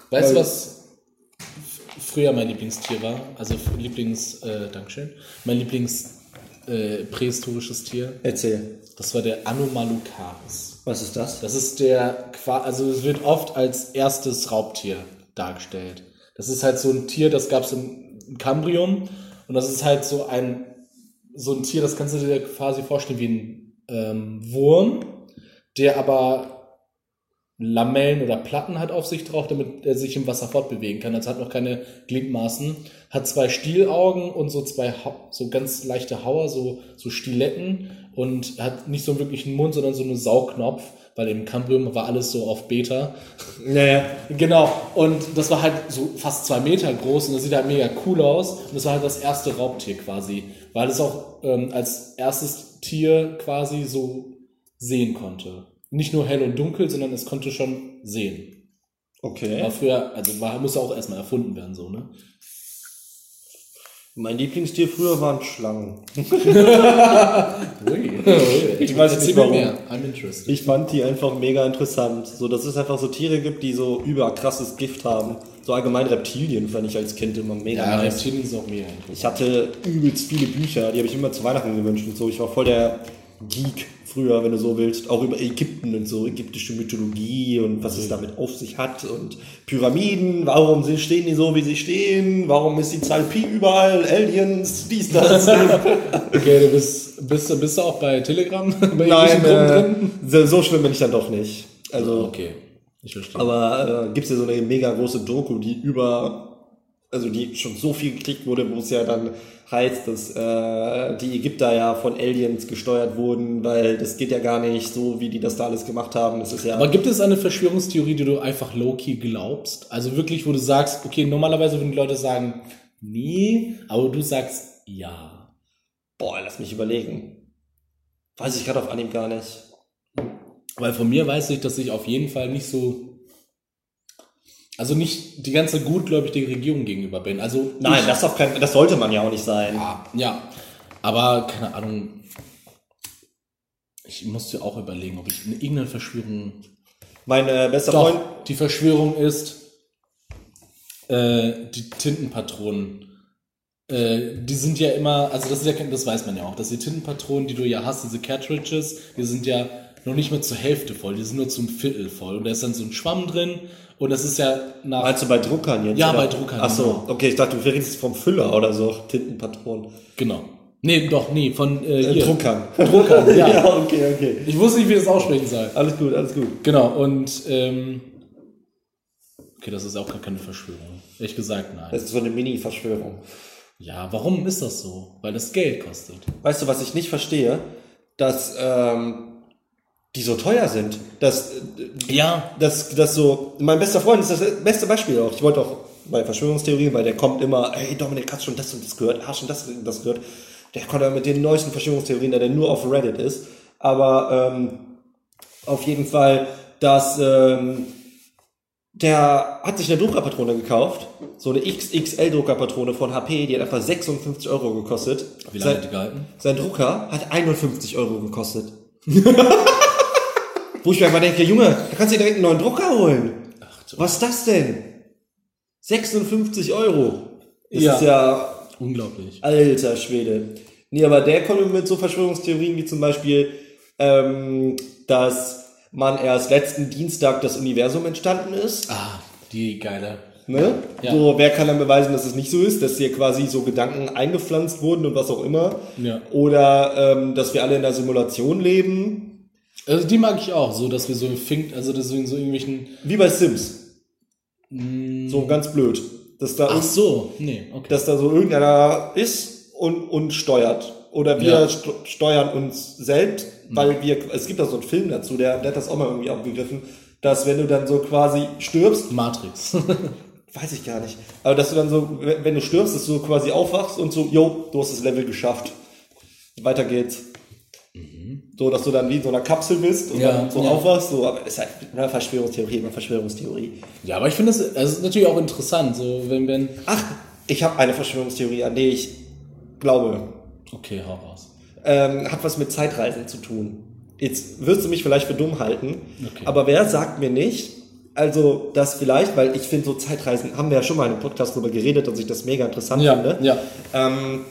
Speaker 1: Weißt du,
Speaker 2: Weil-
Speaker 1: was f- früher mein Lieblingstier war? Also f- Lieblings, äh, Dankeschön. Mein Lieblings äh, prähistorisches Tier.
Speaker 2: Erzähl,
Speaker 1: Das war der Anomalocaris.
Speaker 2: was ist das?
Speaker 1: Das ist der, Qua- also es wird oft als erstes Raubtier dargestellt. Das ist halt so ein Tier, das gab es im im Kambrium und das ist halt so ein, so ein Tier, das kannst du dir quasi vorstellen wie ein ähm, Wurm, der aber Lamellen oder Platten hat auf sich drauf, damit er sich im Wasser fortbewegen kann. Also hat noch keine Gliedmaßen, hat zwei Stielaugen und so zwei Hau- so ganz leichte Hauer, so, so Stiletten und hat nicht so wirklich einen Mund, sondern so einen Saugknopf, weil im Cambrium war alles so auf Beta.
Speaker 2: Naja,
Speaker 1: Genau, und das war halt so fast zwei Meter groß und das sieht halt mega cool aus. Und das war halt das erste Raubtier quasi, weil es auch ähm, als erstes Tier quasi so sehen konnte. Nicht nur hell und dunkel, sondern es konnte schon sehen. War
Speaker 2: okay.
Speaker 1: früher, also war, musste auch erstmal erfunden werden, so, ne?
Speaker 2: Mein Lieblingstier früher waren Schlangen.
Speaker 1: ich
Speaker 2: weiß nicht, warum.
Speaker 1: I'm interested.
Speaker 2: Ich fand die einfach mega interessant. So, dass es einfach so Tiere gibt, die so überkrasses Gift haben. So allgemein Reptilien fand ich als Kind immer mega
Speaker 1: Ja,
Speaker 2: nice.
Speaker 1: Reptilien ist auch mega interessant.
Speaker 2: Ich hatte übelst viele Bücher, die habe ich immer zu Weihnachten gewünscht und so. Ich war voll der Geek früher, wenn du so willst. Auch über Ägypten und so, ägyptische Mythologie und was es damit auf sich hat und Pyramiden. Warum sie- stehen die so, wie sie stehen? Warum ist die Zahl Pi überall? Aliens, dies, das.
Speaker 1: Okay, du bist, bist, bist du auch bei Telegram? bei
Speaker 2: Nein,
Speaker 1: irgendwelchen Gruppen
Speaker 2: äh, so- so schlimm bin ich dann doch nicht. Also,
Speaker 1: Okay, ich verstehe.
Speaker 2: Aber äh, gibt es ja so eine mega große Doku, die über, also die schon so viel geklickt wurde, wo es ja dann heißt, dass äh, die Ägypter ja von Aliens gesteuert wurden, weil das geht ja gar nicht so, wie die das da alles gemacht haben. Das ist ja.
Speaker 1: Aber gibt es eine Verschwörungstheorie, die du einfach low-key glaubst? Also wirklich, wo du sagst, okay, normalerweise würden die Leute sagen, nee, aber du sagst ja.
Speaker 2: boah, lass mich überlegen. Weiß ich gerade auf Anhieb gar nicht.
Speaker 1: Weil von mir weiß ich, dass ich auf jeden Fall nicht so, also nicht die ganze gutgläubige Regierung gegenüber bin. Also
Speaker 2: Nein, das, auf kein, das sollte man ja auch nicht sein.
Speaker 1: Ja, ja. Aber keine Ahnung. Ich musste auch überlegen, ob ich eine irgendeine Verschwörung.
Speaker 2: Mein äh, bester Freund.
Speaker 1: Doch, die Verschwörung ist äh, die Tintenpatronen. Äh, die sind ja immer, also das ist ja kein, das weiß man ja auch, dass die Tintenpatronen, die du ja hast, diese Cartridges, die sind ja noch nicht mal zur Hälfte voll, die sind nur zum Viertel voll. Und da ist dann so ein Schwamm drin und das ist ja nach.
Speaker 2: Meinst du bei Druckern jetzt?
Speaker 1: Ja,
Speaker 2: oder?
Speaker 1: bei Druckern,
Speaker 2: Ach so,
Speaker 1: genau.
Speaker 2: okay, ich dachte, du redest vom Füller oder so, Tintenpatronen.
Speaker 1: genau. Nee, doch, nee, von äh,
Speaker 2: Äh,
Speaker 1: hier.
Speaker 2: Druckern.
Speaker 1: Drucker, ja.
Speaker 2: ja, okay, okay.
Speaker 1: Ich wusste nicht, wie ich das aussprechen soll.
Speaker 2: Alles gut, alles gut.
Speaker 1: Genau, und ähm, okay, das ist auch gar keine Verschwörung. Ehrlich gesagt, nein.
Speaker 2: Das ist so eine Mini-Verschwörung.
Speaker 1: Ja, warum ist das so? Weil das Geld kostet.
Speaker 2: Weißt du, was ich nicht verstehe? Dass ähm, die so teuer sind. Dass, äh,
Speaker 1: Ja.
Speaker 2: dass, dass so, mein bester Freund ist das äh, beste Beispiel auch. Ich wollte auch bei Verschwörungstheorien, weil der kommt immer, hey Dominik, hast schon das und das gehört, hast schon das und das gehört. Der kommt dann mit den neuesten Verschwörungstheorien, da der nur auf Reddit ist. Aber ähm, auf jeden Fall, dass ähm, der hat sich eine Druckerpatrone gekauft, so eine XXL-Druckerpatrone von HP, die hat einfach 56 Euro gekostet.
Speaker 1: Wie lange
Speaker 2: Seit-
Speaker 1: hat die gehalten?
Speaker 2: sein Drucker hat 51 Euro gekostet. Wo ich mir einfach denke, Junge, da kannst du dir direkt einen neuen Drucker holen.
Speaker 1: Ach, so.
Speaker 2: Was ist das denn? 56 Euro. Das
Speaker 1: Ja.
Speaker 2: ist ja
Speaker 1: Unglaublich.
Speaker 2: alter Schwede. Nee, aber der kommt mir mit so Verschwörungstheorien wie zum Beispiel, ähm, dass man erst letzten Dienstag das Universum entstanden ist.
Speaker 1: Ah, die geile.
Speaker 2: Ne?
Speaker 1: Ja.
Speaker 2: So, wer kann dann beweisen, dass es nicht so ist, dass hier quasi so Gedanken eingepflanzt wurden und was auch immer?
Speaker 1: Ja.
Speaker 2: Oder ähm, dass wir alle in einer Simulation leben?
Speaker 1: Also die mag ich auch, so dass wir so finkt, also deswegen so irgendwelchen.
Speaker 2: Wie bei Sims. So ganz blöd. Dass da,
Speaker 1: Mm. Ach
Speaker 2: irg-
Speaker 1: so, nee, okay.
Speaker 2: dass da so irgendeiner ist und, und steuert. Oder wir
Speaker 1: Ja. Mm.
Speaker 2: st steuern uns selbst, weil wir, es gibt da so einen Film dazu, der, der hat das auch mal irgendwie aufgegriffen, dass wenn du dann so quasi stirbst,
Speaker 1: Matrix.
Speaker 2: weiß ich gar nicht, aber dass du dann so, w- wenn du stirbst, dass du quasi aufwachst und so, jo, du hast das Level geschafft. Weiter geht's. So, dass du dann wie in so einer Kapsel bist und
Speaker 1: Mhm. Ja,
Speaker 2: dann so
Speaker 1: ja.
Speaker 2: aufwachst, so, aber ist halt eine Verschwörungstheorie, immer Verschwörungstheorie.
Speaker 1: ja, aber ich finde das, also es ist natürlich auch interessant, so wenn, wenn.
Speaker 2: Ach, ich habe eine Verschwörungstheorie, an die ich glaube.
Speaker 1: Okay, hau raus.
Speaker 2: Ähm, hat was mit Zeitreisen zu tun. Jetzt wirst du mich vielleicht für dumm halten,
Speaker 1: Okay.
Speaker 2: aber wer sagt mir nicht, also das vielleicht, weil ich finde so Zeitreisen, haben wir ja schon mal in einem Podcast drüber geredet, dass ich das mega interessant finde.
Speaker 1: Ja, ja.
Speaker 2: Ähm,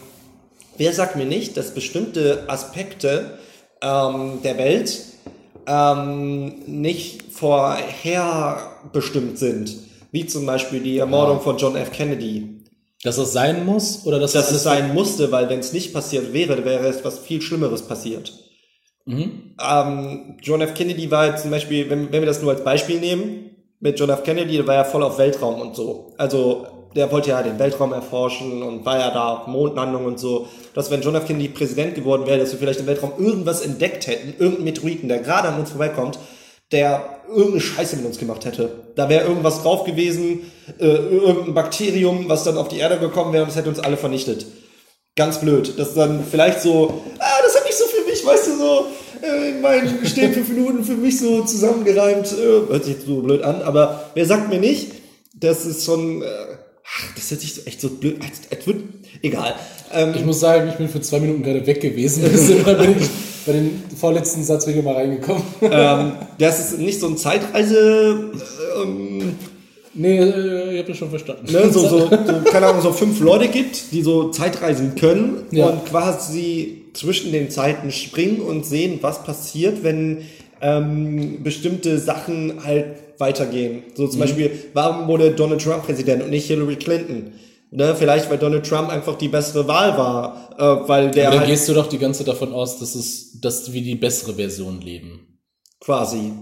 Speaker 2: wer sagt mir nicht, dass bestimmte Aspekte ähm, der Welt ähm, nicht vorherbestimmt sind? Wie zum Beispiel die Ermordung von John F. Kennedy.
Speaker 1: Dass das sein muss oder dass
Speaker 2: Dass
Speaker 1: das
Speaker 2: es sein musste, weil wenn es nicht passiert wäre, wäre es was viel Schlimmeres passiert.
Speaker 1: Mhm.
Speaker 2: Ähm, John F. Kennedy war jetzt zum Beispiel, wenn, wenn wir das nur als Beispiel nehmen, mit John F. Kennedy, der war ja voll auf Weltraum und so. Also der wollte ja den Weltraum erforschen und war ja da auf Mondlandung und so. Dass wenn John F. Kennedy Präsident geworden wäre, dass wir vielleicht im Weltraum irgendwas entdeckt hätten, irgendeinen Meteoriten, der gerade an uns vorbeikommt, der irgendeine Scheiße mit uns gemacht hätte. Da wäre irgendwas drauf gewesen, äh, irgendein Bakterium, was dann auf die Erde gekommen wäre und es hätte uns alle vernichtet ganz blöd. Dass dann vielleicht so, ah, das habe ich so für mich, weißt du, so, äh, in meinen stehen fünf Minuten für mich so zusammengereimt. Äh, hört sich jetzt so blöd an, aber wer sagt mir nicht, das ist schon, äh, ach, das hört sich so echt so blöd, als, als würd, egal.
Speaker 1: Ich
Speaker 2: Ähm,
Speaker 1: muss sagen, ich bin für zwei Minuten gerade weg gewesen. Deswegen bin ich bei den vorletzten Satz wieder mal reingekommen.
Speaker 2: ähm, das ist nicht so ein Zeitreise, äh, ähm,
Speaker 1: nee, äh, ihr habt das schon verstanden.
Speaker 2: ne, so, so, so, keine Ahnung, so fünf Leute gibt, die so Zeitreisen können
Speaker 1: Ja.
Speaker 2: und quasi zwischen den Zeiten springen und sehen, was passiert, wenn ähm, bestimmte Sachen halt weitergehen. So
Speaker 1: Mhm.
Speaker 2: zum Beispiel, warum wurde Donald Trump Präsident und nicht Hillary Clinton? Ne, vielleicht, weil Donald Trump einfach die bessere Wahl war, äh, weil der
Speaker 1: Aber dann
Speaker 2: halt
Speaker 1: gehst du doch die ganze Zeit davon aus, dass, es, dass wir die bessere Version leben.
Speaker 2: quasi.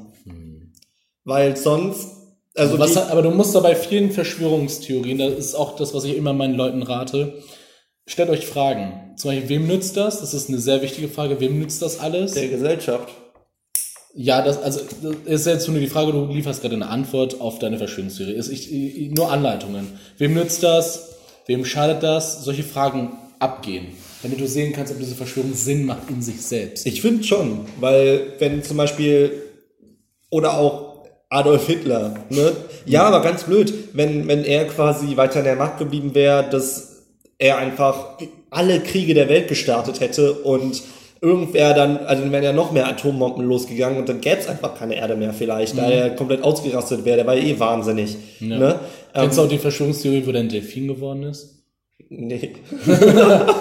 Speaker 2: Weil sonst, also
Speaker 1: Mhm. Was,
Speaker 2: die,
Speaker 1: hat- aber du musst da bei vielen Verschwörungstheorien, das ist auch das, was ich immer meinen Leuten rate, stellt euch Fragen. Zum Beispiel, wem nützt das? Das ist eine sehr wichtige Frage. Wem nützt das alles?
Speaker 2: der Gesellschaft.
Speaker 1: Ja, das, also, das ist jetzt nur die Frage, du lieferst gerade eine Antwort auf deine Verschwörungstheorie. Ist ich, ich, nur Anleitungen. Wem nützt das? Wem schadet das? Solche Fragen abgehen, damit du sehen kannst, ob diese Verschwörung Sinn macht in sich selbst.
Speaker 2: Ich finde schon, weil wenn zum Beispiel oder auch Adolf Hitler, ne? Ja,
Speaker 1: Mhm.
Speaker 2: aber ganz blöd, wenn, wenn er quasi weiter in der Macht geblieben wäre, dass er einfach alle Kriege der Welt gestartet hätte und irgendwer dann, also dann wären ja noch mehr Atombomben losgegangen und dann gäbe es einfach keine Erde mehr vielleicht,
Speaker 1: Mhm.
Speaker 2: da er komplett ausgerastet wäre, der war ja eh wahnsinnig. Ne? Ähm,
Speaker 1: Kennst du auch die Verschwörungstheorie, wo der ein Delfin geworden ist?
Speaker 2: nee.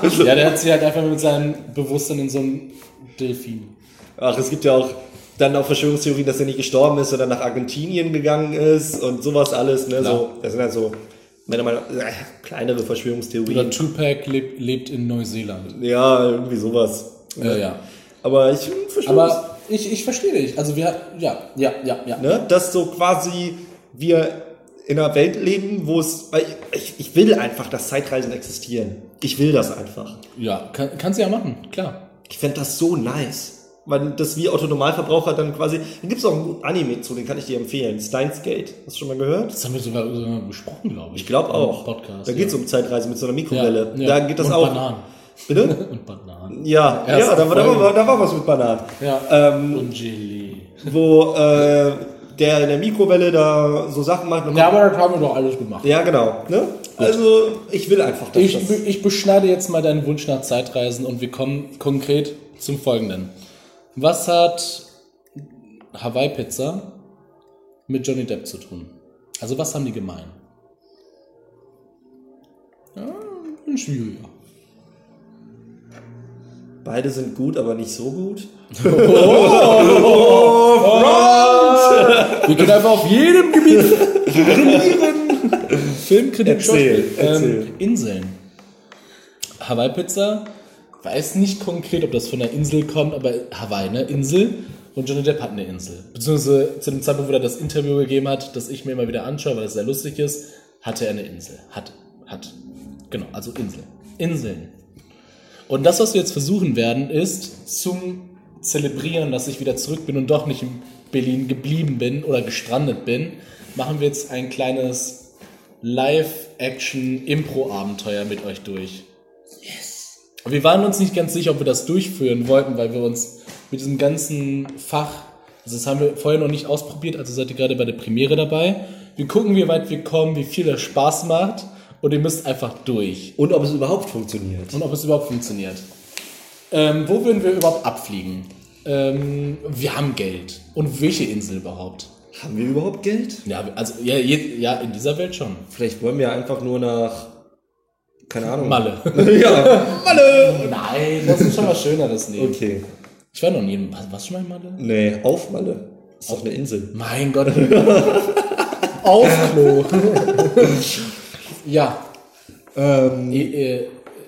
Speaker 2: Also
Speaker 1: Ja, der hat sich halt einfach mit seinem Bewusstsein in so einem Delfin.
Speaker 2: Ach, es gibt ja auch dann auch Verschwörungstheorien, dass er nicht gestorben ist, sondern nach Argentinien gegangen ist und sowas alles. Ne? So, das sind halt so, meiner Meinung nach, äh, kleinere
Speaker 1: Oder
Speaker 2: Verschwörungstheorien.
Speaker 1: Tupac lebt, lebt in Neuseeland.
Speaker 2: Ja, irgendwie sowas.
Speaker 1: Ja, ja.
Speaker 2: Aber ich hm, Verschwörungs-
Speaker 1: Aber ich, ich verstehe dich. Also wir, ja, ja, ja, ja.
Speaker 2: ne? dass so quasi wir in einer Welt leben, wo es, weil ich, ich will einfach, dass Zeitreisen existieren. Ich will das einfach.
Speaker 1: Ja, kann, kannst du ja machen, klar.
Speaker 2: Ich fänd das so nice. Weil das wie Autonomalverbraucher dann quasi, da gibt's auch einen guten Anime zu, den kann ich dir empfehlen. Steins Gate. Hast du schon mal gehört?
Speaker 1: Das haben wir sogar, sogar besprochen, glaube ich.
Speaker 2: Ich glaube auch.
Speaker 1: Im Podcast.
Speaker 2: da geht es
Speaker 1: ja.
Speaker 2: um Zeitreise mit so einer Mikrowelle.
Speaker 1: Ja,
Speaker 2: Da
Speaker 1: ja.
Speaker 2: geht das
Speaker 1: Und
Speaker 2: auch.
Speaker 1: Bananen.
Speaker 2: Bitte?
Speaker 1: Und Bananen.
Speaker 2: Ja, ja,
Speaker 1: Erste
Speaker 2: da, war- da,
Speaker 1: Folge.
Speaker 2: war, da war was mit Bananen.
Speaker 1: Ja.
Speaker 2: Ähm,
Speaker 1: Und Gelee.
Speaker 2: wo äh, der in der Mikrowelle da so Sachen macht. und-
Speaker 1: Ja, aber das haben wir doch alles gemacht.
Speaker 2: ja genau. Ne? Also, ich will einfach, dass
Speaker 1: Ich,
Speaker 2: das.
Speaker 1: be- ich beschneide jetzt mal deinen Wunsch nach Zeitreisen und wir kommen konkret zum folgenden. Was hat Hawaii Pizza mit Johnny Depp zu tun? Also, was haben die gemein? Ja, ein schwieriger.
Speaker 2: Beide sind gut, aber nicht so gut.
Speaker 1: Wir können einfach auf jedem Gebiet trainieren. Filmkritik,
Speaker 2: Erzähl,
Speaker 1: Schauspiel.
Speaker 2: erzähl.
Speaker 1: Ähm, Inseln. Hawaii Pizza. Weiß nicht konkret, ob das von der Insel kommt, aber Hawaii, ne? Insel. Und Johnny Depp hat eine Insel. Beziehungsweise zu dem Zeitpunkt, wo er das Interview gegeben hat, das ich mir immer wieder anschaue, weil das sehr lustig ist, hatte er eine Insel. Hat, hat. Genau, also Insel. Inseln. Und das, was wir jetzt versuchen werden, ist zum Zelebrieren, dass ich wieder zurück bin und doch nicht in Berlin geblieben bin oder gestrandet bin, machen wir jetzt ein kleines Live-Action-Impro-Abenteuer mit euch durch. Yes. Wir waren uns nicht ganz sicher, ob wir das durchführen wollten, weil wir uns mit diesem ganzen Fach, also das haben wir vorher noch nicht ausprobiert, also seid ihr gerade bei der Premiere dabei. Wir gucken, wie weit wir kommen, wie viel das Spaß macht und ihr müsst einfach durch
Speaker 2: Und ob es überhaupt funktioniert.
Speaker 1: und ob es überhaupt funktioniert. Ähm, wo würden wir überhaupt abfliegen? Ähm, wir haben Geld. Und welche Insel überhaupt?
Speaker 2: Haben wir überhaupt Geld?
Speaker 1: Ja, also ja, je, ja in dieser Welt schon.
Speaker 2: Vielleicht wollen wir einfach nur nach. Keine Ahnung.
Speaker 1: Malle.
Speaker 2: ja. Malle!
Speaker 1: Oh Nein, das ist schon was Schöneres nehmen.
Speaker 2: Okay.
Speaker 1: Ich war noch nie. in- Was, was schon mal in Malle?
Speaker 2: Nee, auf Malle. Ist doch eine Insel.
Speaker 1: Mein Gott. Auf Klo. ja.
Speaker 2: Ähm,
Speaker 1: Äh, äh,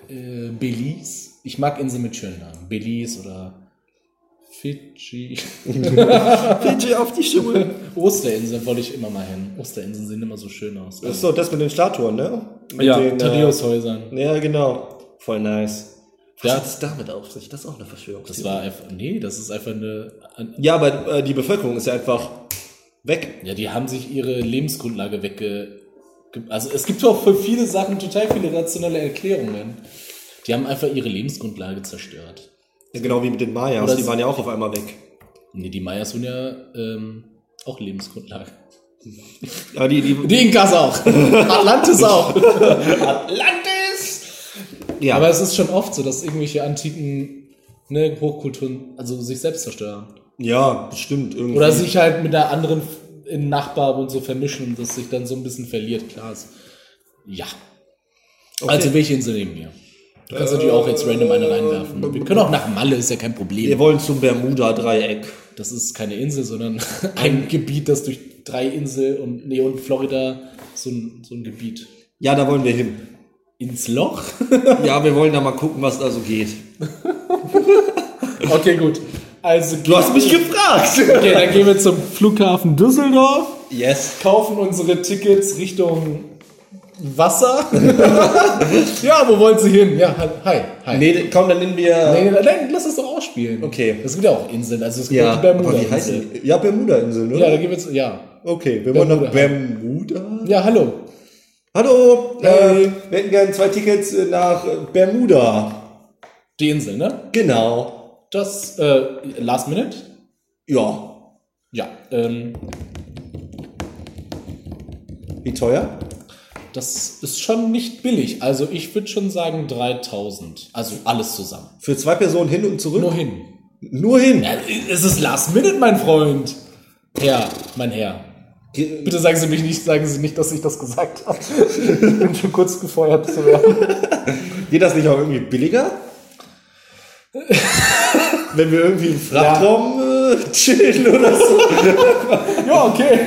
Speaker 1: äh, Belize. Ich mag Inseln mit schönen Namen. Belize oder Fidschi.
Speaker 2: Fiji auf die Schuhe.
Speaker 1: Osterinseln wollte ich immer mal hin. Osterinseln sehen immer so schön aus.
Speaker 2: Das ist so das mit den Statuen, ne? Mit
Speaker 1: ja,
Speaker 2: den, äh,
Speaker 1: Thaddäushäusern.
Speaker 2: Ja, genau. Voll nice. Was
Speaker 1: Ja.
Speaker 2: hat es damit auf sich? Das ist auch eine Verschwörung.
Speaker 1: Das war einfach, nee, das ist einfach eine, an-
Speaker 2: ja, aber äh, die Bevölkerung ist ja einfach weg.
Speaker 1: ja, die haben sich ihre Lebensgrundlage wegge, ge- also es gibt auch für viele Sachen total viele rationale Erklärungen. Die haben einfach ihre Lebensgrundlage zerstört.
Speaker 2: Ja, genau wie mit den Mayas.
Speaker 1: Oder
Speaker 2: die
Speaker 1: es-
Speaker 2: waren ja auch auf einmal weg.
Speaker 1: Nee, die Mayas sind ja ähm, auch Lebensgrundlage.
Speaker 2: Aber die, die,
Speaker 1: Die Inkas auch. Atlantis auch. Atlantis!
Speaker 2: ja,
Speaker 1: Aber es ist schon oft so, dass irgendwelche antiken ne, Hochkulturen also sich selbst zerstören.
Speaker 2: ja, bestimmt. Irgendwie.
Speaker 1: Oder sich halt mit einer anderen F- in Nachbar und so vermischen und das sich dann so ein bisschen verliert, klar. Ist. Ja.
Speaker 2: Okay.
Speaker 1: Also welche Insel nehmen wir? Du kannst natürlich auch jetzt random eine reinwerfen. Wir können auch nach Malle, ist ja kein
Speaker 2: Wir
Speaker 1: Problem.
Speaker 2: wollen zum Bermuda-Dreieck.
Speaker 1: Das ist keine Insel, sondern ein Gebiet, das durch drei Insel und nee, und Florida so ein, so ein Gebiet.
Speaker 2: Ja, da wollen wir hin.
Speaker 1: Ins Loch?
Speaker 2: Ja, wir wollen da mal gucken, was da so geht.
Speaker 1: Okay, gut. Also
Speaker 2: Du hast mich gefragt.
Speaker 1: okay, dann gehen wir zum Flughafen Düsseldorf.
Speaker 2: Yes.
Speaker 1: kaufen unsere Tickets Richtung Wasser. ja, wo wollen Sie hin? Ja, hi. hi.
Speaker 2: Nee, komm, dann nehmen wir.
Speaker 1: Nee, nee, nein, lass das doch ausspielen.
Speaker 2: Okay.
Speaker 1: Es gibt ja auch Inseln, also es gibt ja
Speaker 2: ja,
Speaker 1: die
Speaker 2: aber wie heißt
Speaker 1: Bermuda-Insel.
Speaker 2: die? Ja, Bermuda-Insel, ne?
Speaker 1: Ja, da gehen wir zu, ja.
Speaker 2: okay, wir wollen nach Bermuda.
Speaker 1: Ja, hallo.
Speaker 2: Hallo, äh, wir hätten gerne zwei Tickets äh, nach äh, Bermuda.
Speaker 1: Die Insel, ne?
Speaker 2: Genau.
Speaker 1: Das, äh, last minute?
Speaker 2: Ja.
Speaker 1: Ja, ähm,
Speaker 2: Wie teuer?
Speaker 1: das ist schon nicht billig. Also ich würde schon sagen 3000. Also alles zusammen.
Speaker 2: Für zwei Personen hin und zurück?
Speaker 1: Nur hin.
Speaker 2: Nur hin.
Speaker 1: Ja, es ist last minute, mein Freund. Herr, mein Herr.
Speaker 2: Ge-
Speaker 1: Bitte sagen Sie mich nicht, sagen Sie nicht, dass ich das gesagt habe. um schon kurz gefeuert zu werden.
Speaker 2: Geht das nicht auch irgendwie billiger? Wenn wir irgendwie im Frachtraum äh, chillen oder so?
Speaker 1: Ja, okay.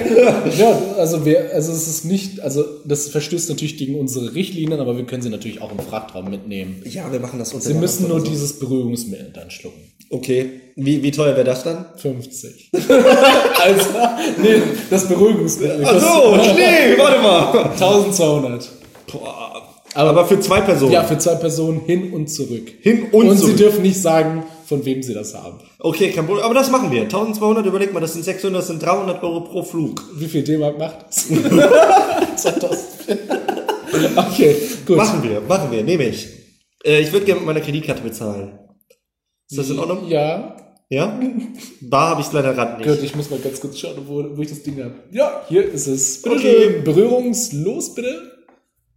Speaker 1: Ja, also wir, also es ist nicht, also das verstößt natürlich gegen unsere Richtlinien, aber wir können sie natürlich auch im Frachtraum mitnehmen.
Speaker 2: Ja, wir machen das unter
Speaker 1: Sie
Speaker 2: der
Speaker 1: müssen
Speaker 2: Hand oder
Speaker 1: nur
Speaker 2: so.
Speaker 1: dieses Beruhigungsmittel dann schlucken.
Speaker 2: Okay. Wie, wie teuer wäre das dann?
Speaker 1: 50. also, nee, das Beruhigungsmittel.
Speaker 2: Achso, nee, warte mal.
Speaker 1: 1200.
Speaker 2: Boah. Aber, für zwei Personen.
Speaker 1: Ja, für zwei Personen hin und zurück.
Speaker 2: Hin und
Speaker 1: und
Speaker 2: zurück.
Speaker 1: sie dürfen nicht sagen, von wem sie das haben.
Speaker 2: okay, kein Problem. Aber das machen wir. 1200, überleg mal, das sind 600, das sind 300 Euro pro Flug.
Speaker 1: Wie viel D-Mark macht das? 2000. okay, gut.
Speaker 2: Machen wir, machen wir, nehme ich. Äh, ich würde gerne mit meiner Kreditkarte bezahlen. Ist das in Ordnung?
Speaker 1: Ja.
Speaker 2: Ja? Bar habe ich leider gerade nicht.
Speaker 1: Gut, ich muss mal ganz kurz schauen, wo, wo ich das Ding habe. Ja, hier ist es. Bitte
Speaker 2: Okay.
Speaker 1: schön, berührungslos, bitte.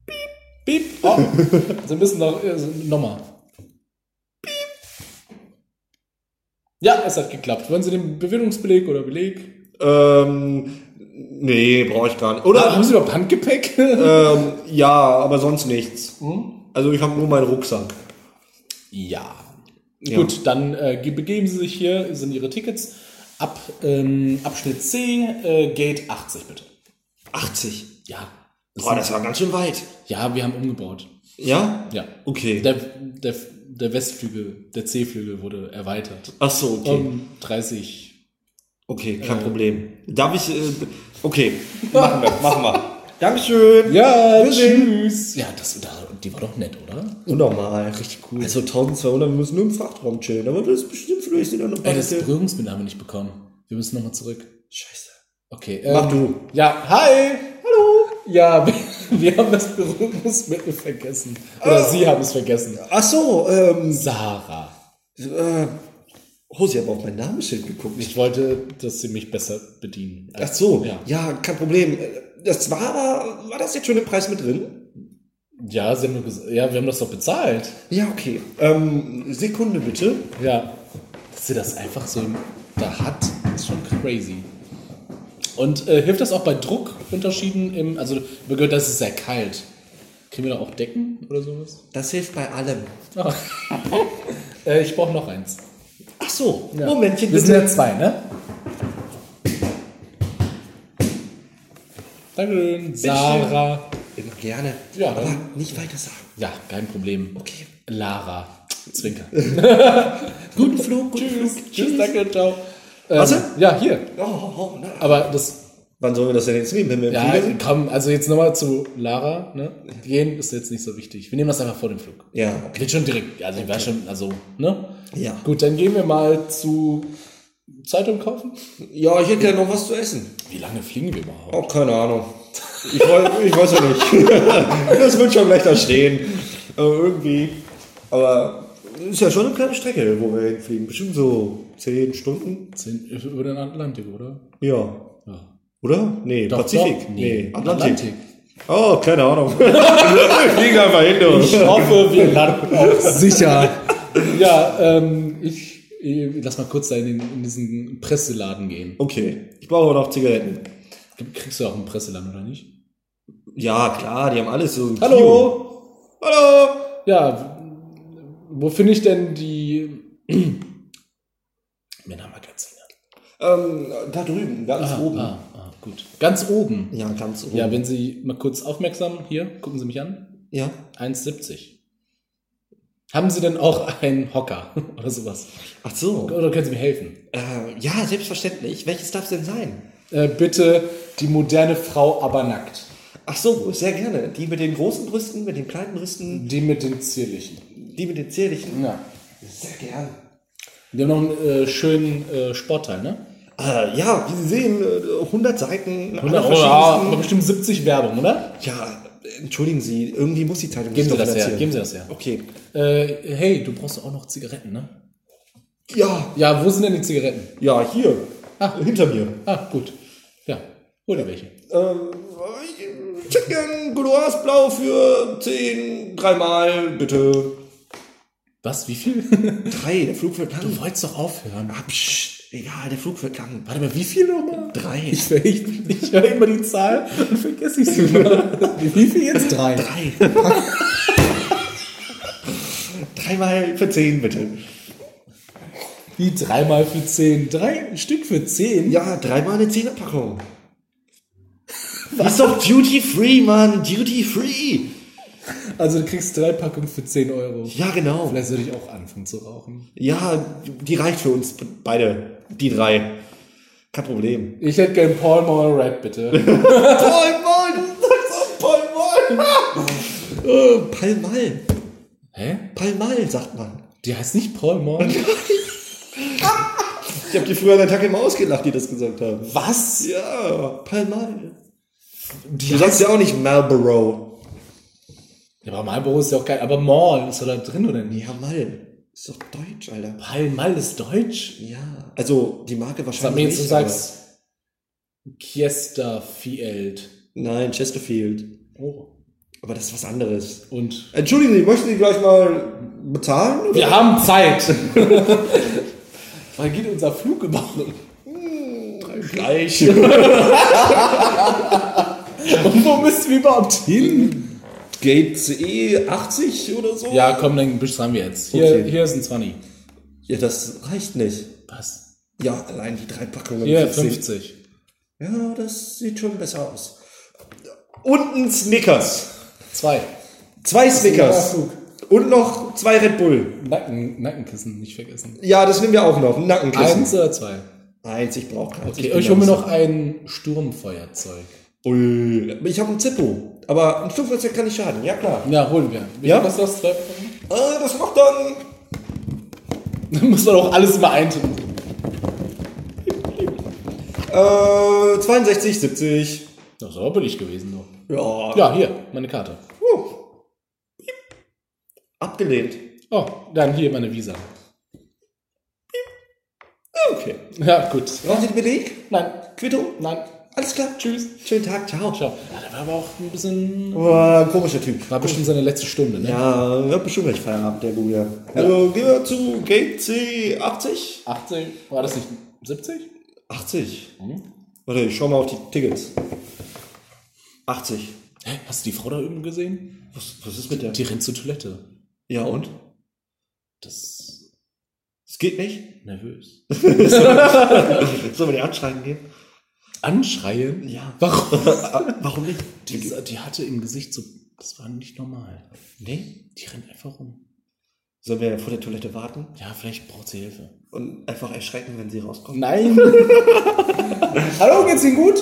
Speaker 1: Piep, piep. Oh. Sie müssen noch, äh, nochmal. Piep. Ja, es hat geklappt. Wollen Sie den Bewilligungsbeleg oder Beleg?
Speaker 2: Ähm, nee, brauche ich gar nicht.
Speaker 1: Ah,
Speaker 2: Oder?
Speaker 1: haben Sie überhaupt Handgepäck?
Speaker 2: Ähm, ja, aber sonst nichts.
Speaker 1: Hm?
Speaker 2: Also ich habe nur meinen Rucksack.
Speaker 1: Ja.
Speaker 2: Ja.
Speaker 1: Gut, dann äh, ge- begeben Sie sich hier, sind Ihre Tickets. Ab ähm, Abschnitt C, äh, Gate 80 bitte.
Speaker 2: 80.
Speaker 1: Ja. Das
Speaker 2: Boah,
Speaker 1: sind-
Speaker 2: das war ganz schön weit.
Speaker 1: ja, wir haben umgebaut.
Speaker 2: Ja?
Speaker 1: Ja.
Speaker 2: Okay.
Speaker 1: Der, der, der Westflügel, der C-Flügel wurde erweitert.
Speaker 2: Ach so, okay.
Speaker 1: Um 30
Speaker 2: Okay, kein Problem. Darf ich. Äh, okay, machen wir, machen wir. Dankeschön.
Speaker 1: Ja,
Speaker 2: Wir sehen.
Speaker 1: tschüss. Ja, das, da- die war doch nett, oder?
Speaker 2: Und nochmal, richtig cool. Also 1200, wir müssen nur im Frachtraum chillen, aber das ist bestimmt vielleicht sind da noch
Speaker 1: Ey, das
Speaker 2: Pakete.
Speaker 1: Berührungsbild haben wir nicht bekommen. Wir müssen nochmal zurück.
Speaker 2: Scheiße.
Speaker 1: Okay. ähm,
Speaker 2: Mach du.
Speaker 1: Ja, hi. Hallo. Ja, wir, wir haben das Berührungsmittel vergessen.
Speaker 2: Ah.
Speaker 1: Oder Sie haben es vergessen.
Speaker 2: Ach so, ähm,
Speaker 1: Sarah.
Speaker 2: äh, oh, sie haben auf mein Namensschild geguckt. Ich,
Speaker 1: Ich wollte, dass Sie mich besser bedienen.
Speaker 2: ach so, ja.
Speaker 1: Ja.
Speaker 2: kein Problem. Das war, war das jetzt schon im Preis mit drin?
Speaker 1: Ja, Sie haben nur gesagt, ja, wir haben das doch bezahlt.
Speaker 2: Ja, okay. Ähm, Sekunde bitte.
Speaker 1: Ja. Dass sie das einfach so da hat, ist schon crazy. Und äh, hilft das auch bei Druckunterschieden im, also wir gehört, das ist sehr kalt. Kriegen wir da auch Decken oder sowas?
Speaker 2: Das hilft bei allem.
Speaker 1: Ah. äh, ich brauche noch eins.
Speaker 2: Ach so, Momentchen
Speaker 1: Wir sind
Speaker 2: bitte.
Speaker 1: ja zwei, ne? Dankeschön, Sarah.
Speaker 2: Immer gerne.
Speaker 1: Ja,
Speaker 2: aber
Speaker 1: dann-
Speaker 2: nicht weiter sagen.
Speaker 1: Ja, kein Problem.
Speaker 2: Okay.
Speaker 1: Lara. Zwinker.
Speaker 2: Guten Flug, guten
Speaker 1: Tschüss.
Speaker 2: Flug.
Speaker 1: Tschüss, danke, ciao. Ähm,
Speaker 2: Warte.
Speaker 1: Ja, hier.
Speaker 2: Oh, oh, oh, na.
Speaker 1: Aber das
Speaker 2: Wann sollen wir das denn jetzt nehmen, wenn wir im
Speaker 1: Ja,
Speaker 2: Flieger sind?
Speaker 1: komm, also jetzt nochmal zu Lara, ne? Gehen ist jetzt nicht so wichtig. Wir nehmen das einfach vor dem Flug.
Speaker 2: Ja, okay.
Speaker 1: Geht schon direkt, also ich war schon, also, ne?
Speaker 2: Ja.
Speaker 1: Gut, dann gehen wir mal zu Zeitung kaufen.
Speaker 2: ja, ich hätte ja noch was zu essen.
Speaker 1: Wie lange fliegen wir überhaupt?
Speaker 2: Oh, keine Ahnung. Ich, woll, ich weiß ja nicht. das wird schon gleich da stehen. Aber irgendwie. Aber ist ja schon eine kleine Strecke, wo wir hinfliegen. Bestimmt so 10 Stunden.
Speaker 1: Zehn, über den Atlantik, oder?
Speaker 2: Ja.
Speaker 1: Ja.
Speaker 2: Oder? Nee,
Speaker 1: Doch,
Speaker 2: Pazifik.
Speaker 1: doch.
Speaker 2: Nee,
Speaker 1: Nee,
Speaker 2: Atlantik.
Speaker 1: Atlantik.
Speaker 2: Oh, keine Ahnung. wir fliegen einfach hin.
Speaker 1: Ich
Speaker 2: du.
Speaker 1: hoffe, wir landen auch sicher. Ja, ähm, ich, ich lass mal kurz da in, den, in diesen Presseladen gehen.
Speaker 2: Okay, ich brauche noch Zigaretten.
Speaker 1: Kriegst du auch einen Presseladen, oder nicht?
Speaker 2: Ja, klar, die haben alles so. ein Kino.
Speaker 1: Hallo!
Speaker 2: Hallo!
Speaker 1: Ja, wo finde ich denn die Männermagazine?
Speaker 2: Ähm, da drüben, ganz oben.
Speaker 1: Ah, ah, gut. Ganz oben.
Speaker 2: Ja, ganz oben.
Speaker 1: Ja, wenn Sie mal kurz aufmerksam, hier, gucken Sie mich an.
Speaker 2: ja.
Speaker 1: 1,70. Haben Sie denn auch einen Hocker oder sowas?
Speaker 2: Ach so.
Speaker 1: Oder können Sie mir helfen?
Speaker 2: Äh, ja, selbstverständlich. Welches darf es denn sein?
Speaker 1: Äh, bitte die moderne Frau, aber nackt.
Speaker 2: Ach so, sehr gerne. Die mit den großen Brüsten, mit den kleinen Brüsten,
Speaker 1: Die mit den zierlichen.
Speaker 2: die mit den zierlichen.
Speaker 1: Ja.
Speaker 2: Sehr gern.
Speaker 1: Die haben noch einen äh, schönen äh, Sportteil, ne?
Speaker 2: Äh, ja, wie Sie sehen, äh, 100 Seiten. alle
Speaker 1: Oh, ja,
Speaker 2: verschiedensten-
Speaker 1: aber bestimmt 70 Werbung, oder?
Speaker 2: Ja, äh, entschuldigen Sie, irgendwie muss die Zeitung
Speaker 1: Geben Sie
Speaker 2: nicht
Speaker 1: das her.
Speaker 2: finanzieren.
Speaker 1: Geben Sie das her.
Speaker 2: Okay.
Speaker 1: Äh, hey, du brauchst auch noch Zigaretten, ne?
Speaker 2: Ja,
Speaker 1: Ja, wo sind denn die Zigaretten?
Speaker 2: ja, hier.
Speaker 1: Ah.
Speaker 2: Hinter mir.
Speaker 1: Ah, gut. Ja, hol dir welche.
Speaker 2: Ähm, Chicken Gouloirs Blau für 10, dreimal, bitte.
Speaker 1: Was, wie viel? du
Speaker 2: Drei, der Flug wird lang.
Speaker 1: wolltest doch aufhören.
Speaker 2: Ah, psch, egal, der Flug wird lang.
Speaker 1: Warte mal, wie viel nochmal?
Speaker 2: Drei.
Speaker 1: Ich, ich, ich höre immer die Zahl und vergesse ich sie immer. wie viel jetzt? Drei.
Speaker 2: Drei. Dreimal für zehn, bitte.
Speaker 1: Wie dreimal für zehn? Drei Stück für zehn?
Speaker 2: Ja, dreimal eine Zehnerpackung. Was? Ist doch Duty Free, Mann. Duty Free.
Speaker 1: Also du kriegst drei Packungen für 10 Euro.
Speaker 2: Ja, genau.
Speaker 1: Vielleicht sollte ich auch anfangen zu rauchen.
Speaker 2: Ja, die reicht für uns beide. Die drei. Kein Problem.
Speaker 1: Ich hätte gern Paul Mall Red, bitte.
Speaker 2: Paul Mall, du sagst auch Paul Mall. Äh, Pall Mall.
Speaker 1: Hä?
Speaker 2: Pall Mall, sagt man.
Speaker 1: Die heißt nicht Paul Mall?
Speaker 2: Ich habe die früher an der Tag immer ausgelacht, die das gesagt haben.
Speaker 1: Was?
Speaker 2: Ja, Pall Mall.
Speaker 1: Die
Speaker 2: Du sagst ja auch nicht Marlboro.
Speaker 1: Ja, aber Marlboro ist ja auch geil. Aber Mall, ist doch da drin oder nicht?
Speaker 2: Ja, Mall. Ist doch deutsch, Alter.
Speaker 1: Paul Mall ist deutsch?
Speaker 2: Ja. Also, die Marke
Speaker 1: Sag
Speaker 2: wahrscheinlich
Speaker 1: mir jetzt, du
Speaker 2: nicht,
Speaker 1: sagst Chesterfield.
Speaker 2: aber- Nein, Chesterfield.
Speaker 1: Oh.
Speaker 2: Aber das ist was anderes.
Speaker 1: Und
Speaker 2: Entschuldigen Sie, möchten Sie gleich mal bezahlen? Oder?
Speaker 1: wir haben Zeit. Wann geht unser Flug überhaupt?
Speaker 2: Gleich.
Speaker 1: Und wo müssen wir überhaupt hin?
Speaker 2: Gate CE 80 E oder so?
Speaker 1: Ja, komm, dann beschreiben wir jetzt. Hier,
Speaker 2: Okay.
Speaker 1: hier ist ein 20.
Speaker 2: Ja, das reicht nicht.
Speaker 1: Was?
Speaker 2: Ja, allein die drei Packungen.
Speaker 1: Hier,
Speaker 2: 15.
Speaker 1: 50.
Speaker 2: Ja, das sieht schon besser aus. Und ein Snickers.
Speaker 1: Zwei.
Speaker 2: Zwei
Speaker 1: Ja,
Speaker 2: Snickers.
Speaker 1: Flug.
Speaker 2: Und noch zwei Red Bull.
Speaker 1: Nacken, Nackenkissen nicht vergessen.
Speaker 2: Ja, das nehmen wir auch noch. Ein Nackenkissen.
Speaker 1: Eins oder zwei?
Speaker 2: Eins, ich brauche keins.
Speaker 1: Okay,
Speaker 2: bin also
Speaker 1: ich hole mir
Speaker 2: langsam.
Speaker 1: noch ein Sturmfeuerzeug.
Speaker 2: Ui, ich habe ein Zippo. Aber ein Sturmfeuerzeug kann nicht schaden, ja klar.
Speaker 1: Ja, holen wir. Wie
Speaker 2: Ja?
Speaker 1: viel kostet das? Zwei Pfund?
Speaker 2: Ah, das macht dann.
Speaker 1: Dann muss man auch alles mal eintippen.
Speaker 2: Äh, 62, 70.
Speaker 1: Das ist aber billig gewesen. Doch.
Speaker 2: Ja.
Speaker 1: Ja, hier, meine Karte.
Speaker 2: Puh. Abgelehnt.
Speaker 1: Oh, dann hier meine Visa.
Speaker 2: Ah, Okay.
Speaker 1: Ja, gut.
Speaker 2: Brauchen Sie den Beleg?
Speaker 1: Nein,
Speaker 2: Quittung?
Speaker 1: nein.
Speaker 2: Alles klar.
Speaker 1: Tschüss.
Speaker 2: Schönen Tag, ciao.
Speaker 1: Ciao. Ja, der war aber auch ein bisschen.
Speaker 2: Boah, komischer Typ.
Speaker 1: War bestimmt seine letzte Stunde, ne?
Speaker 2: Ja, wird bestimmt gleich Feierabend, der Gute. Also gehen wir zu Gate C 80?
Speaker 1: 80? War das nicht 70?
Speaker 2: 80. Warte, ich schau mal auf die Tickets. 80.
Speaker 1: Hä, hast du die Frau da drüben gesehen?
Speaker 2: Was, was ist mit der?
Speaker 1: Die rennt zur Toilette.
Speaker 2: Ja und?
Speaker 1: Das ist
Speaker 2: Es geht nicht?
Speaker 1: nervös.
Speaker 2: Sollen wir die anschreiben gehen?
Speaker 1: Anschreien?
Speaker 2: Ja.
Speaker 1: Warum?
Speaker 2: Warum nicht?
Speaker 1: Die, die hatte im Gesicht so. Das war nicht normal.
Speaker 2: Nee?
Speaker 1: Die rennt einfach rum.
Speaker 2: Sollen wir vor der Toilette warten
Speaker 1: Ja, vielleicht braucht sie Hilfe.
Speaker 2: und einfach erschrecken, wenn sie rauskommt?
Speaker 1: Nein! Hallo, geht's Ihnen gut?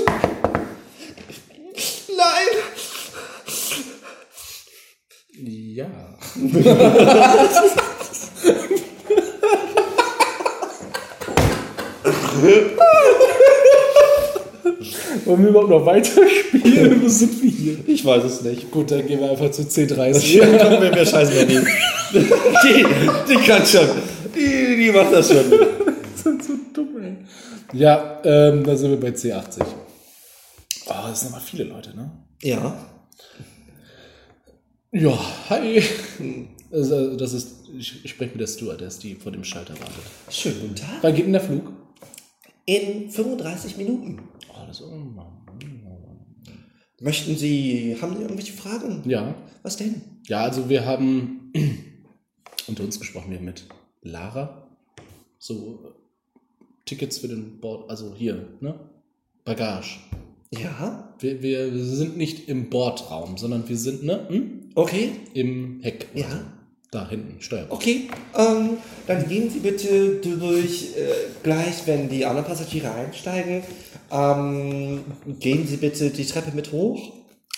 Speaker 2: Nein!
Speaker 1: Ja. Wollen wir überhaupt noch weiterspielen? Wo sind wir hier?
Speaker 2: Ich weiß es nicht.
Speaker 1: Gut, dann gehen wir einfach zu C30.
Speaker 2: Tut mir mehr Scheiße mehr nicht. Die, die kann schon. Die, die macht das schon.
Speaker 1: so dumm, ey. Ja, ähm, da sind wir bei C80. Oh, das sind aber viele Leute, ne?
Speaker 2: Ja.
Speaker 1: Ja, hi. Also, das ist, ich ich spreche mit der Stewardess, die vor dem Schalter wartet.
Speaker 2: Schönen guten Tag.
Speaker 1: Wann geht denn der Flug?
Speaker 2: In 35 Minuten.
Speaker 1: Oh, das ist irgendwann.
Speaker 2: Möchten Sie, haben Sie irgendwelche Fragen?
Speaker 1: Ja,
Speaker 2: Was denn?
Speaker 1: Ja, also wir haben unter uns gesprochen, wir haben mit Lara so äh, Tickets für den Board, also hier, ne? Bagage.
Speaker 2: Ja.
Speaker 1: Wir, wir sind nicht im Bordraum, sondern wir sind, ne? Hm?
Speaker 2: Okay.
Speaker 1: Im Heck. oder so.
Speaker 2: Ja. Oh.
Speaker 1: Da hinten, Steuerbord.
Speaker 2: Okay. Ähm, dann gehen Sie bitte durch, äh, gleich wenn die anderen Passagiere einsteigen, ähm, gehen Sie bitte die Treppe mit hoch.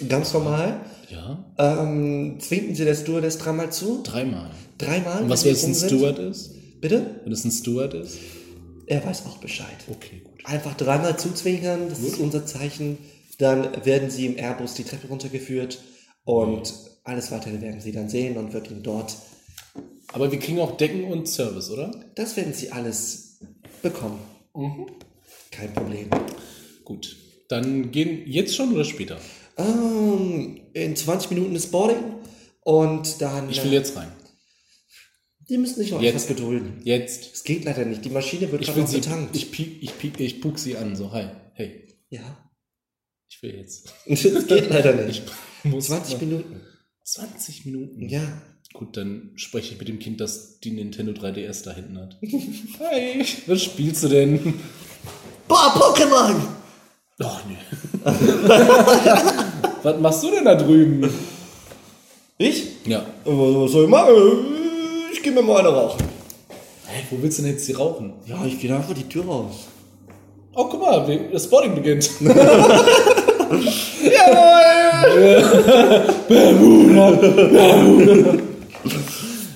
Speaker 2: Ganz normal.
Speaker 1: Ja,
Speaker 2: Ähm, zwinken Sie der Stewardess dreimal zu.
Speaker 1: dreimal.
Speaker 2: Dreimal.
Speaker 1: Und was,
Speaker 2: wenn
Speaker 1: wenn
Speaker 2: Sie
Speaker 1: es ein
Speaker 2: rum sind.
Speaker 1: Steward ist?
Speaker 2: Bitte?
Speaker 1: Wenn es ein Steward ist?
Speaker 2: Er weiß auch Bescheid.
Speaker 1: Okay, gut.
Speaker 2: Einfach dreimal zuzwinkern, das ist unser Zeichen. Dann werden sie im Airbus die Treppe runtergeführt und alles weitere werden sie dann sehen und wird ihnen dort.
Speaker 1: Aber wir kriegen auch Decken und Service, oder?
Speaker 2: Das werden sie alles bekommen.
Speaker 1: Mhm.
Speaker 2: Kein Problem.
Speaker 1: Gut. Dann gehen jetzt schon oder später?
Speaker 2: Ähm, in 20 Minuten ist Boarding und dann. äh,
Speaker 1: Ich will jetzt rein.
Speaker 2: Sie müssen sich noch
Speaker 1: Jetzt.
Speaker 2: etwas gedulden.
Speaker 1: Jetzt.
Speaker 2: Es geht leider nicht. Die Maschine wird
Speaker 1: Ich
Speaker 2: gerade
Speaker 1: will
Speaker 2: noch
Speaker 1: sie.
Speaker 2: betankt.
Speaker 1: Ich piek, ich piek, ich puk sie an, so, hi, hey.
Speaker 2: ja.
Speaker 1: Ich will jetzt.
Speaker 2: Es geht leider nicht.
Speaker 1: Ich muss
Speaker 2: 20
Speaker 1: Minuten.
Speaker 2: Minuten.
Speaker 1: 20 Minuten.
Speaker 2: Ja.
Speaker 1: Gut, dann spreche ich mit dem Kind, das die Nintendo 3DS da hinten hat. Hi. Was spielst du denn?
Speaker 2: Boah, Pokémon!
Speaker 1: Doch, nö. Was machst du denn da drüben?
Speaker 2: Ich?
Speaker 1: Ja.
Speaker 2: Was was soll ich machen? Ich geh mir mal eine rauchen.
Speaker 1: Hä, wo willst du denn jetzt die rauchen?
Speaker 2: Ja, ich gehe da einfach die Tür raus.
Speaker 1: Oh, guck mal, wie- das Boarding beginnt.
Speaker 2: Jawohl!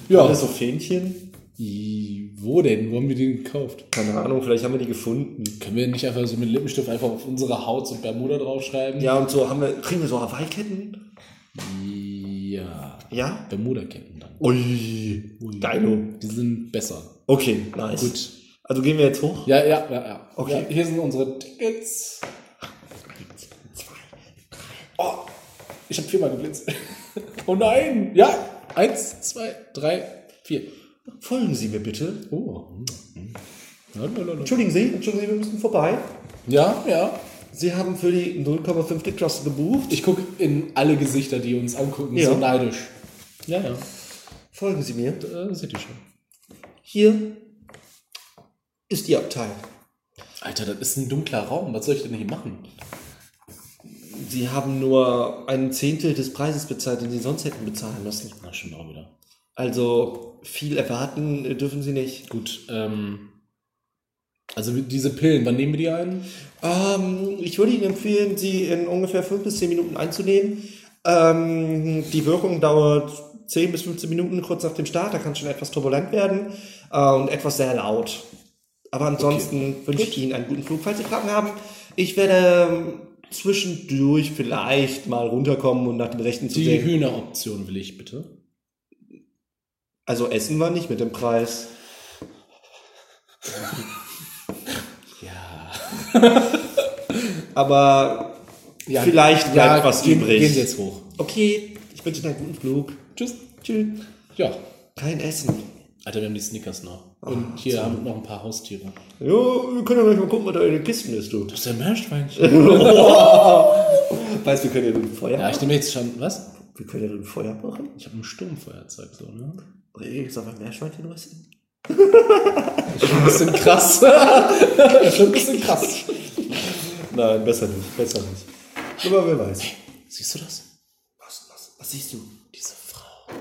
Speaker 1: ja.
Speaker 2: so Fähnchen?
Speaker 1: I- Wo denn? Wo haben wir den gekauft?
Speaker 2: Keine Ahnung, vielleicht haben wir die gefunden.
Speaker 1: Können wir nicht einfach so mit Lippenstift einfach auf unsere Haut so Bermuda draufschreiben?
Speaker 2: Ja, und so haben wir. Kriegen wir so Hawaii-Ketten?
Speaker 1: Ja.
Speaker 2: Ja.
Speaker 1: Bermuda-Ketten dann.
Speaker 2: Ui. Dino.
Speaker 1: Die sind besser.
Speaker 2: Okay, nice.
Speaker 1: Gut.
Speaker 2: Also gehen wir jetzt hoch.
Speaker 1: Ja, ja, ja, ja.
Speaker 2: Okay.
Speaker 1: Ja, hier sind unsere Tickets. Oh, ich habe viermal geblitzt. Oh nein! Ja! Eins, zwei, drei, vier.
Speaker 2: Folgen Sie mir bitte.
Speaker 1: Oh.
Speaker 2: Entschuldigen Sie, entschuldigen Sie, wir müssen vorbei.
Speaker 1: Ja, ja.
Speaker 2: Sie haben für die 0,5 die Klasse gebucht.
Speaker 1: Ich gucke in alle Gesichter, die uns angucken,
Speaker 2: Ja.
Speaker 1: so neidisch. Ja, ja.
Speaker 2: Folgen Sie mir.
Speaker 1: Äh, seht ihr schon.
Speaker 2: Hier ist Ihr Abteil.
Speaker 1: Alter, das ist ein dunkler Raum. Was soll ich denn hier machen?
Speaker 2: Sie haben nur ein Zehntel des Preises bezahlt, den Sie sonst hätten bezahlen müssen.
Speaker 1: Na, schon auch wieder.
Speaker 2: Also viel erwarten äh, dürfen Sie nicht.
Speaker 1: Gut, ähm, Also diese Pillen, wann nehmen wir die ein?
Speaker 2: Ähm, ich würde Ihnen empfehlen, sie in ungefähr 5 bis 10 Minuten einzunehmen. Ähm, die Wirkung dauert 10 bis 15 Minuten kurz nach dem Start. Da kann es schon etwas turbulent werden äh, und etwas sehr laut. Aber ansonsten wünsche ich Ihnen einen guten Flug. Falls Sie Fragen haben, ich werde ähm, zwischendurch vielleicht mal runterkommen und nach dem Rechten zu
Speaker 1: Die
Speaker 2: sehen.
Speaker 1: Hühneroption will ich bitte.
Speaker 2: Also Essen war nicht mit dem Preis.
Speaker 1: Ja.
Speaker 2: Aber vielleicht bleibt was
Speaker 1: gehen,
Speaker 2: übrig.
Speaker 1: Gehen Sie jetzt hoch.
Speaker 2: Okay, ich wünsche Ihnen einen guten Flug.
Speaker 1: Tschüss.
Speaker 2: Tschüss.
Speaker 1: Ja.
Speaker 2: Kein Essen.
Speaker 1: Alter, wir haben die Snickers noch.
Speaker 2: Oh,
Speaker 1: Und hier haben wir noch ein paar Haustiere.
Speaker 2: Ja, wir können ja gleich mal gucken, was da in den Kisten ist, du.
Speaker 1: Das ist ein Meerschweinchen.
Speaker 2: Weißt du, wir können ja ein Feuer
Speaker 1: ja, ich
Speaker 2: machen.
Speaker 1: nehme jetzt schon. Was?
Speaker 2: Wir können ja ein Feuer machen.
Speaker 1: Ich habe ein Sturmfeuerzeug so, ne?
Speaker 2: Ey, soll man Meerschweinchen essen?
Speaker 1: Schon ein bisschen krass. schon ein bisschen krass.
Speaker 2: Nein, besser nicht, besser nicht. Aber wer weiß.
Speaker 1: Siehst du das?
Speaker 2: Was, was, was siehst du?
Speaker 1: Diese Frau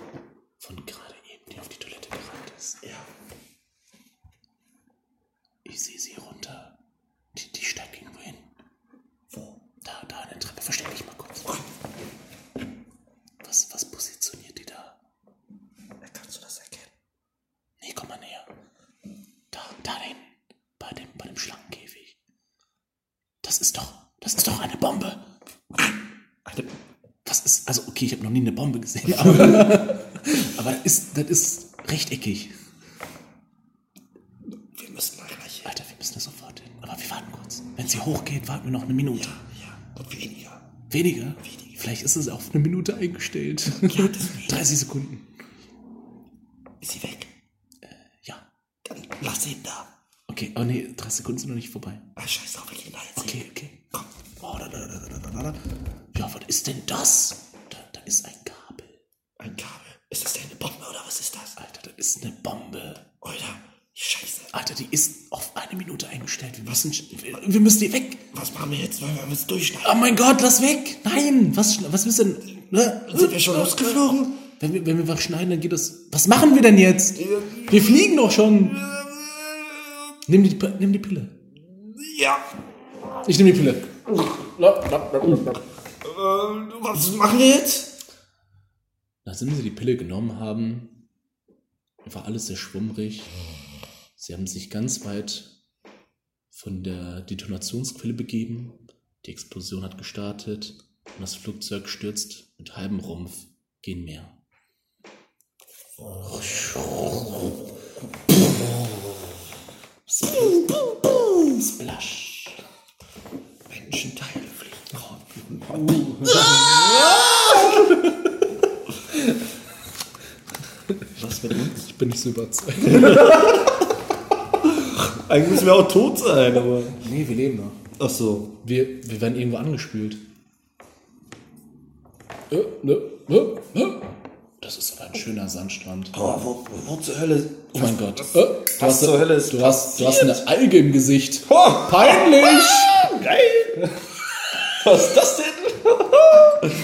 Speaker 1: von gerade eben, die auf die Toilette gerannt ist.
Speaker 2: Ja.
Speaker 1: Ich sehe sie runter. Die, die steigt irgendwo hin. Wo? Da, da an der Treppe. Versteck dich mal kurz. Was, was positioniert die da?
Speaker 2: Kannst du das erkennen?
Speaker 1: Nee, komm mal näher. Da, da hin. Bei dem, bei dem Schlangenkäfig. Das ist doch, das ist doch eine Bombe.
Speaker 2: Eine,
Speaker 1: Was ist, also okay, ich habe noch nie eine Bombe gesehen, aber, aber ist, das ist rechteckig.
Speaker 2: wir müssen mal gleich hin.
Speaker 1: Alter, wir müssen da sofort hin. Aber wir warten kurz. Wenn sie hochgeht, warten wir noch eine Minute.
Speaker 2: Ja, und weniger.
Speaker 1: Weniger? Vielleicht ist es auf eine Minute eingestellt. 30 Sekunden.
Speaker 2: Ist sie weg?
Speaker 1: Ja.
Speaker 2: Dann lass ihn da.
Speaker 1: Okay, aber nee, 30 Sekunden sind noch nicht vorbei.
Speaker 2: Ah, scheiß drauf, wir gehen da jetzt
Speaker 1: Okay, okay. Komm. Oh, da, da, da, da, da, da, da. Ja, was ist denn das? Da, da ist ein Kabel.
Speaker 2: Ein Kabel. Ist das denn eine Bombe oder was ist das?
Speaker 1: Alter, das ist eine Bombe.
Speaker 2: Alter, scheiße.
Speaker 1: Alter, die ist auf eine Minute eingestellt. Wir müssen, wir, wir müssen die weg.
Speaker 2: Was machen wir jetzt? Wollen wir uns durchschneiden?
Speaker 1: Oh mein Gott, lass weg! Nein! Was, schn- was willst du denn? Ne?
Speaker 2: Sind wir schon losgeflogen?
Speaker 1: Wenn wir, wenn wir was schneiden, dann geht das. Was machen wir denn jetzt? Wir fliegen doch schon! Nimm die, P- nimm die Pille.
Speaker 2: Ja,
Speaker 1: Ich nehme die Pille.
Speaker 2: Ähm, was machen wir jetzt?
Speaker 1: Nachdem sie die Pille genommen haben, war alles sehr schwummrig. Sie haben sich ganz weit von der Detonationsquelle begeben. Die Explosion hat gestartet und das Flugzeug stürzt mit halbem Rumpf gen Meer. Splash.
Speaker 2: Menschenteile fliegen raus. Was mit uns?
Speaker 1: Ich bin nicht so überzeugt.
Speaker 2: Eigentlich müssen wir auch tot sein, aber.
Speaker 1: Nee, wir leben noch.
Speaker 2: Ach so.
Speaker 1: Wir, wir werden irgendwo angespült. Äh, ne, ne, ne. Das ist aber ein schöner Sandstrand.
Speaker 2: Aber wo, wo zur Hölle?
Speaker 1: Oh mein Gott. Äh, du hast,
Speaker 2: zur Hölle ist
Speaker 1: du hast, du hast eine Alge im Gesicht.
Speaker 2: Oh,
Speaker 1: Peinlich!
Speaker 2: geil! Was ist das denn?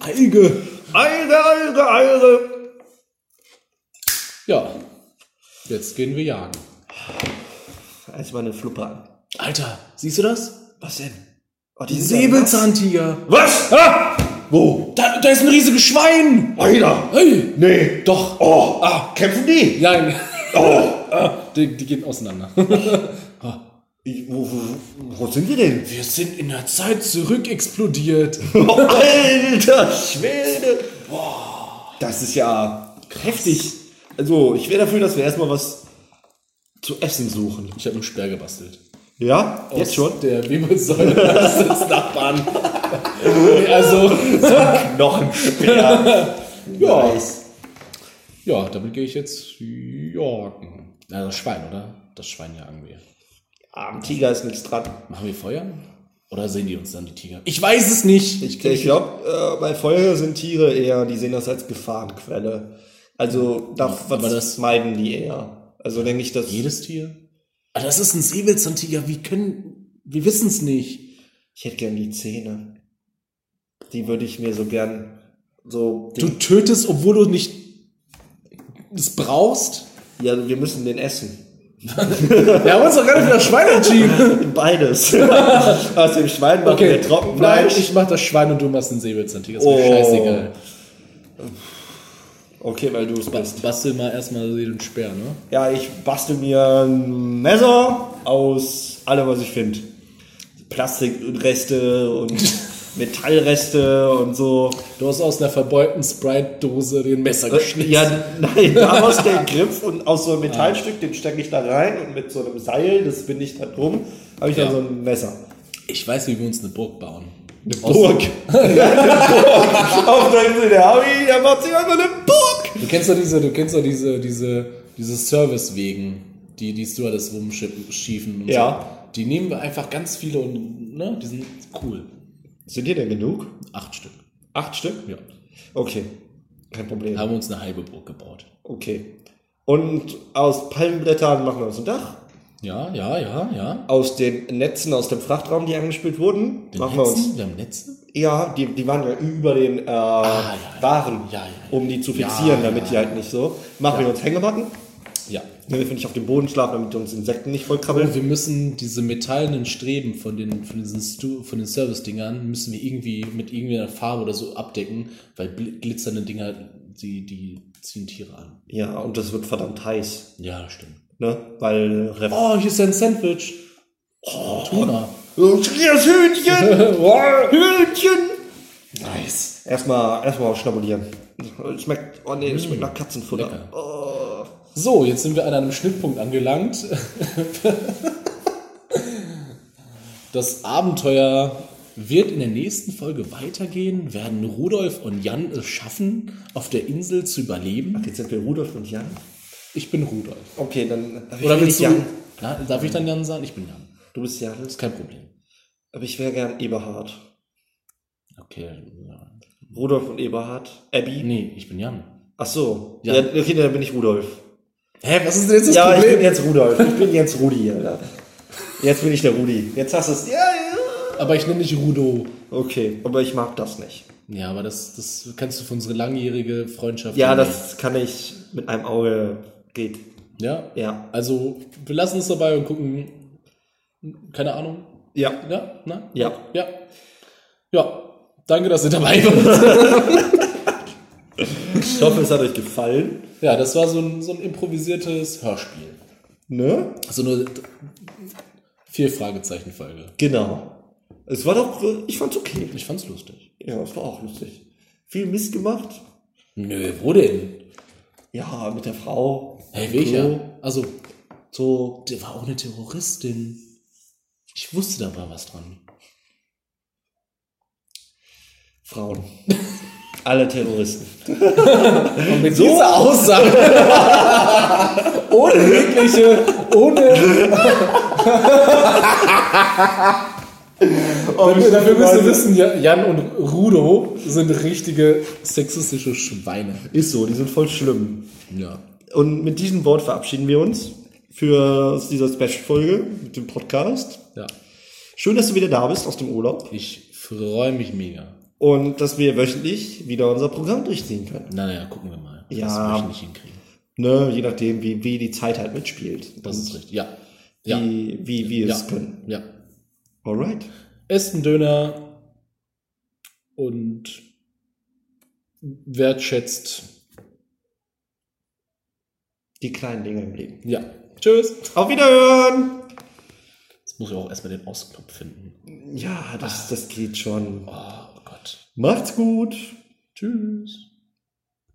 Speaker 1: Alge!
Speaker 2: Alge, Alge, Alge!
Speaker 1: Ja. Jetzt gehen wir jagen.
Speaker 2: Als mal eine Fluppe an.
Speaker 1: Alter, siehst du das?
Speaker 2: Was denn? Oh, die
Speaker 1: Ein
Speaker 2: sind ja
Speaker 1: Säbelzahntiger.
Speaker 2: nass. Was? Ah! Wo?
Speaker 1: Da, da ist ein riesiges Schwein!
Speaker 2: Alter!
Speaker 1: Hey!
Speaker 2: Nee!
Speaker 1: Doch!
Speaker 2: Oh! Ah, kämpfen die?
Speaker 1: Nein!
Speaker 2: Oh!
Speaker 1: Die, die gehen auseinander.
Speaker 2: Ich, wo, wo, wo sind wir denn?
Speaker 1: Wir sind in der Zeit zurück explodiert.
Speaker 2: Oh, Alter Schwede! Boah, das ist ja heftig. Also, ich wäre dafür, dass wir erstmal was zu essen suchen.
Speaker 1: Ich habe einen Sperr gebastelt.
Speaker 2: Ja?
Speaker 1: Aus
Speaker 2: Jetzt schon?
Speaker 1: Der Wirbelsäule des Nachbarn. Nee, also,
Speaker 2: Knochensperr. ja. Nice.
Speaker 1: ja, damit gehe ich jetzt jagen. Na, das Schwein, oder? Das Schwein jagen wir.
Speaker 2: Am Tiger ist nichts dran.
Speaker 1: Machen wir Feuer? Oder sehen die uns dann, die Tiger? Ich weiß es nicht.
Speaker 2: Ich, ich glaube, äh, bei Feuer sind Tiere eher, die sehen das als Gefahrenquelle. Also, da
Speaker 1: Aber das-
Speaker 2: meiden die eher. Also, denke ich, dass.
Speaker 1: Jedes Tier? Ah, das ist ein Säbelzahntiger. Wie können... Wir wissen es nicht.
Speaker 2: Ich hätte gern die Zähne. Die würde ich mir so gern so.
Speaker 1: Du tötest, obwohl du nicht es brauchst?
Speaker 2: ja, wir müssen den essen.
Speaker 1: Wir haben uns doch gar nicht für das Schwein entschieden.
Speaker 2: Beides. Aus dem Schwein machen wir
Speaker 1: Nein,
Speaker 2: Trockenfleisch.
Speaker 1: ich mach das Schwein und du machst den Säbelzahntiger. Ist mir
Speaker 2: Oh.
Speaker 1: scheißegal.
Speaker 2: Okay, weil du es bist.
Speaker 1: Bastel mal erstmal den Speer, ne?
Speaker 2: Ja, ich bastel mir ein Messer aus allem, was ich finde. Plastikreste und Metallreste und so.
Speaker 1: Du hast aus einer verbeulten Sprite-Dose den Messer geschnitten.
Speaker 2: Äh, Ja, nein, daraus der Griff und aus
Speaker 1: Ah.
Speaker 2: so einem Metallstück, den stecke ich da rein und mit so einem Seil, das bin ich da drum, habe ich
Speaker 1: Ja.
Speaker 2: dann so ein Messer.
Speaker 1: Ich weiß, wie wir uns eine Burg bauen. Eine
Speaker 2: Burg. Auf der Insel der Harry, der macht sich einfach eine Burg.
Speaker 1: Du kennst doch diese, du kennst doch diese, diese, diese Servicewegen, die die Stewardess rumschiefen. Und
Speaker 2: Ja.
Speaker 1: So. Die nehmen wir einfach ganz viele und, ne, die sind cool.
Speaker 2: Sind dir denn genug?
Speaker 1: Acht Stück.
Speaker 2: Acht Stück?
Speaker 1: Ja.
Speaker 2: Okay, kein Problem.
Speaker 1: Haben wir uns eine halbe Burg gebaut.
Speaker 2: Okay. Und aus Palmblättern machen wir uns ein Dach.
Speaker 1: Ja, ja, ja, ja.
Speaker 2: Aus den Netzen aus dem Frachtraum, die angespült wurden,
Speaker 1: Den
Speaker 2: machen wir uns.
Speaker 1: Netzen? Wir haben Netze?
Speaker 2: Ja, die, die waren ja über den äh,
Speaker 1: ja.
Speaker 2: Waren,
Speaker 1: Ja, ja, ja.
Speaker 2: um die zu fixieren,
Speaker 1: Ja,
Speaker 2: damit die halt nicht so. Machen wir uns Hängematten,
Speaker 1: Ja.
Speaker 2: damit wir nicht auf dem Boden schlafen, damit uns Insekten nicht vollkrabbeln.
Speaker 1: Und wir müssen diese metallenen Streben von den, von diesen Stu von den Service-Dingern müssen wir irgendwie mit irgendwie einer Farbe oder so abdecken, weil bl- glitzernde Dinger, die, die ziehen Tiere an.
Speaker 2: Ja, und das wird verdammt heiß.
Speaker 1: Ja, das stimmt.
Speaker 2: Ne? Weil. Ref
Speaker 1: Oh, hier ist ein Sandwich. Oh, Tuna.
Speaker 2: Das Hühnchen! Hühnchen!
Speaker 1: Nice.
Speaker 2: Erstmal, erstmal schnabulieren. Schmeckt. Oh nee, das schmeckt nach Katzenfutter.
Speaker 1: Mm. lecker.
Speaker 2: Oh.
Speaker 1: So, jetzt sind wir an einem Schnittpunkt angelangt. Das Abenteuer wird in der nächsten Folge weitergehen. Werden Rudolf und Jan es schaffen, auf der Insel zu überleben?
Speaker 2: Jetzt sind wir Rudolf und Jan.
Speaker 1: Ich bin Rudolf.
Speaker 2: Okay, dann. aber ich
Speaker 1: Oder
Speaker 2: will
Speaker 1: willst
Speaker 2: nicht
Speaker 1: du? Na, darf ich dann Jan sagen? Ich bin Jan.
Speaker 2: Du bist Jan.
Speaker 1: Ist kein Problem.
Speaker 2: Aber ich wäre gern Eberhard.
Speaker 1: Okay. Ja.
Speaker 2: Rudolf und Eberhard. Abby.
Speaker 1: Nee, ich bin Jan.
Speaker 2: Ach so.
Speaker 1: Ja.
Speaker 2: Ja. okay, dann bin ich Rudolf.
Speaker 1: Hä, was ist denn jetzt das
Speaker 2: ja, ich
Speaker 1: Problem?
Speaker 2: bin jetzt Rudolf. Ich bin jetzt Rudi, Alter. Jetzt bin ich der Rudi. Jetzt hast du es. Ja, ja.
Speaker 1: Aber ich nenne dich Rudo.
Speaker 2: Okay, aber ich mag das nicht.
Speaker 1: Ja, aber das, das kannst du für unsere langjährige Freundschaft.
Speaker 2: Ja,
Speaker 1: hinnehmen.
Speaker 2: das kann ich mit einem Auge. Geht.
Speaker 1: Ja?
Speaker 2: Ja.
Speaker 1: Also, wir lassen es dabei und gucken. Keine Ahnung.
Speaker 2: Ja.
Speaker 1: Ja? Na?
Speaker 2: Ja.
Speaker 1: Ja. Ja. Danke, dass ihr dabei wart.
Speaker 2: Ich hoffe, es hat euch gefallen.
Speaker 1: ja, das war so ein, so ein improvisiertes Hörspiel.
Speaker 2: Ne?
Speaker 1: Also nur vier Fragezeichen-Folge.
Speaker 2: Genau. Es war doch. Ich fand's okay.
Speaker 1: Ich fand's lustig.
Speaker 2: Ja, es war auch lustig. Viel Mist gemacht.
Speaker 1: Nö, wo denn?
Speaker 2: Ja, mit der Frau.
Speaker 1: Hey,
Speaker 2: Im Klo.
Speaker 1: welcher? Also,
Speaker 2: So.
Speaker 1: der war auch eine Terroristin. Ich wusste, da war was dran.
Speaker 2: Frauen. Alle Terroristen.
Speaker 1: Und mit
Speaker 2: So?
Speaker 1: dieser Aussage. ohne jegliche, ohne. dafür dafür müsst ihr wissen, Ja- Jan und Rudo sind richtige sexistische Schweine.
Speaker 2: Ist so, die sind voll schlimm.
Speaker 1: Ja.
Speaker 2: Und mit diesem Wort verabschieden wir uns für aus dieser Special-Folge mit dem Podcast.
Speaker 1: ja.
Speaker 2: Schön, dass du wieder da bist aus dem Urlaub
Speaker 1: Ich freue mich mega.
Speaker 2: und dass wir wöchentlich wieder unser Programm durchziehen können.
Speaker 1: Na ja, gucken wir mal.
Speaker 2: Ja.
Speaker 1: Das möchte ich nicht hinkriegen.
Speaker 2: Ne, je nachdem, wie, wie die Zeit halt mitspielt.
Speaker 1: Das ist richtig. Ja. Ja.
Speaker 2: Wie, wie wir
Speaker 1: ja.
Speaker 2: es können.
Speaker 1: ja.
Speaker 2: Alright.
Speaker 1: Esst einen Döner und wertschätzt.
Speaker 2: Die kleinen Dinge im Leben.
Speaker 1: Ja. Tschüss.
Speaker 2: Auf Wiederhören!
Speaker 1: Jetzt muss ich auch erstmal den Ausknopf finden.
Speaker 2: Ja, das, das geht schon.
Speaker 1: Oh Gott.
Speaker 2: Macht's gut!
Speaker 1: Tschüss.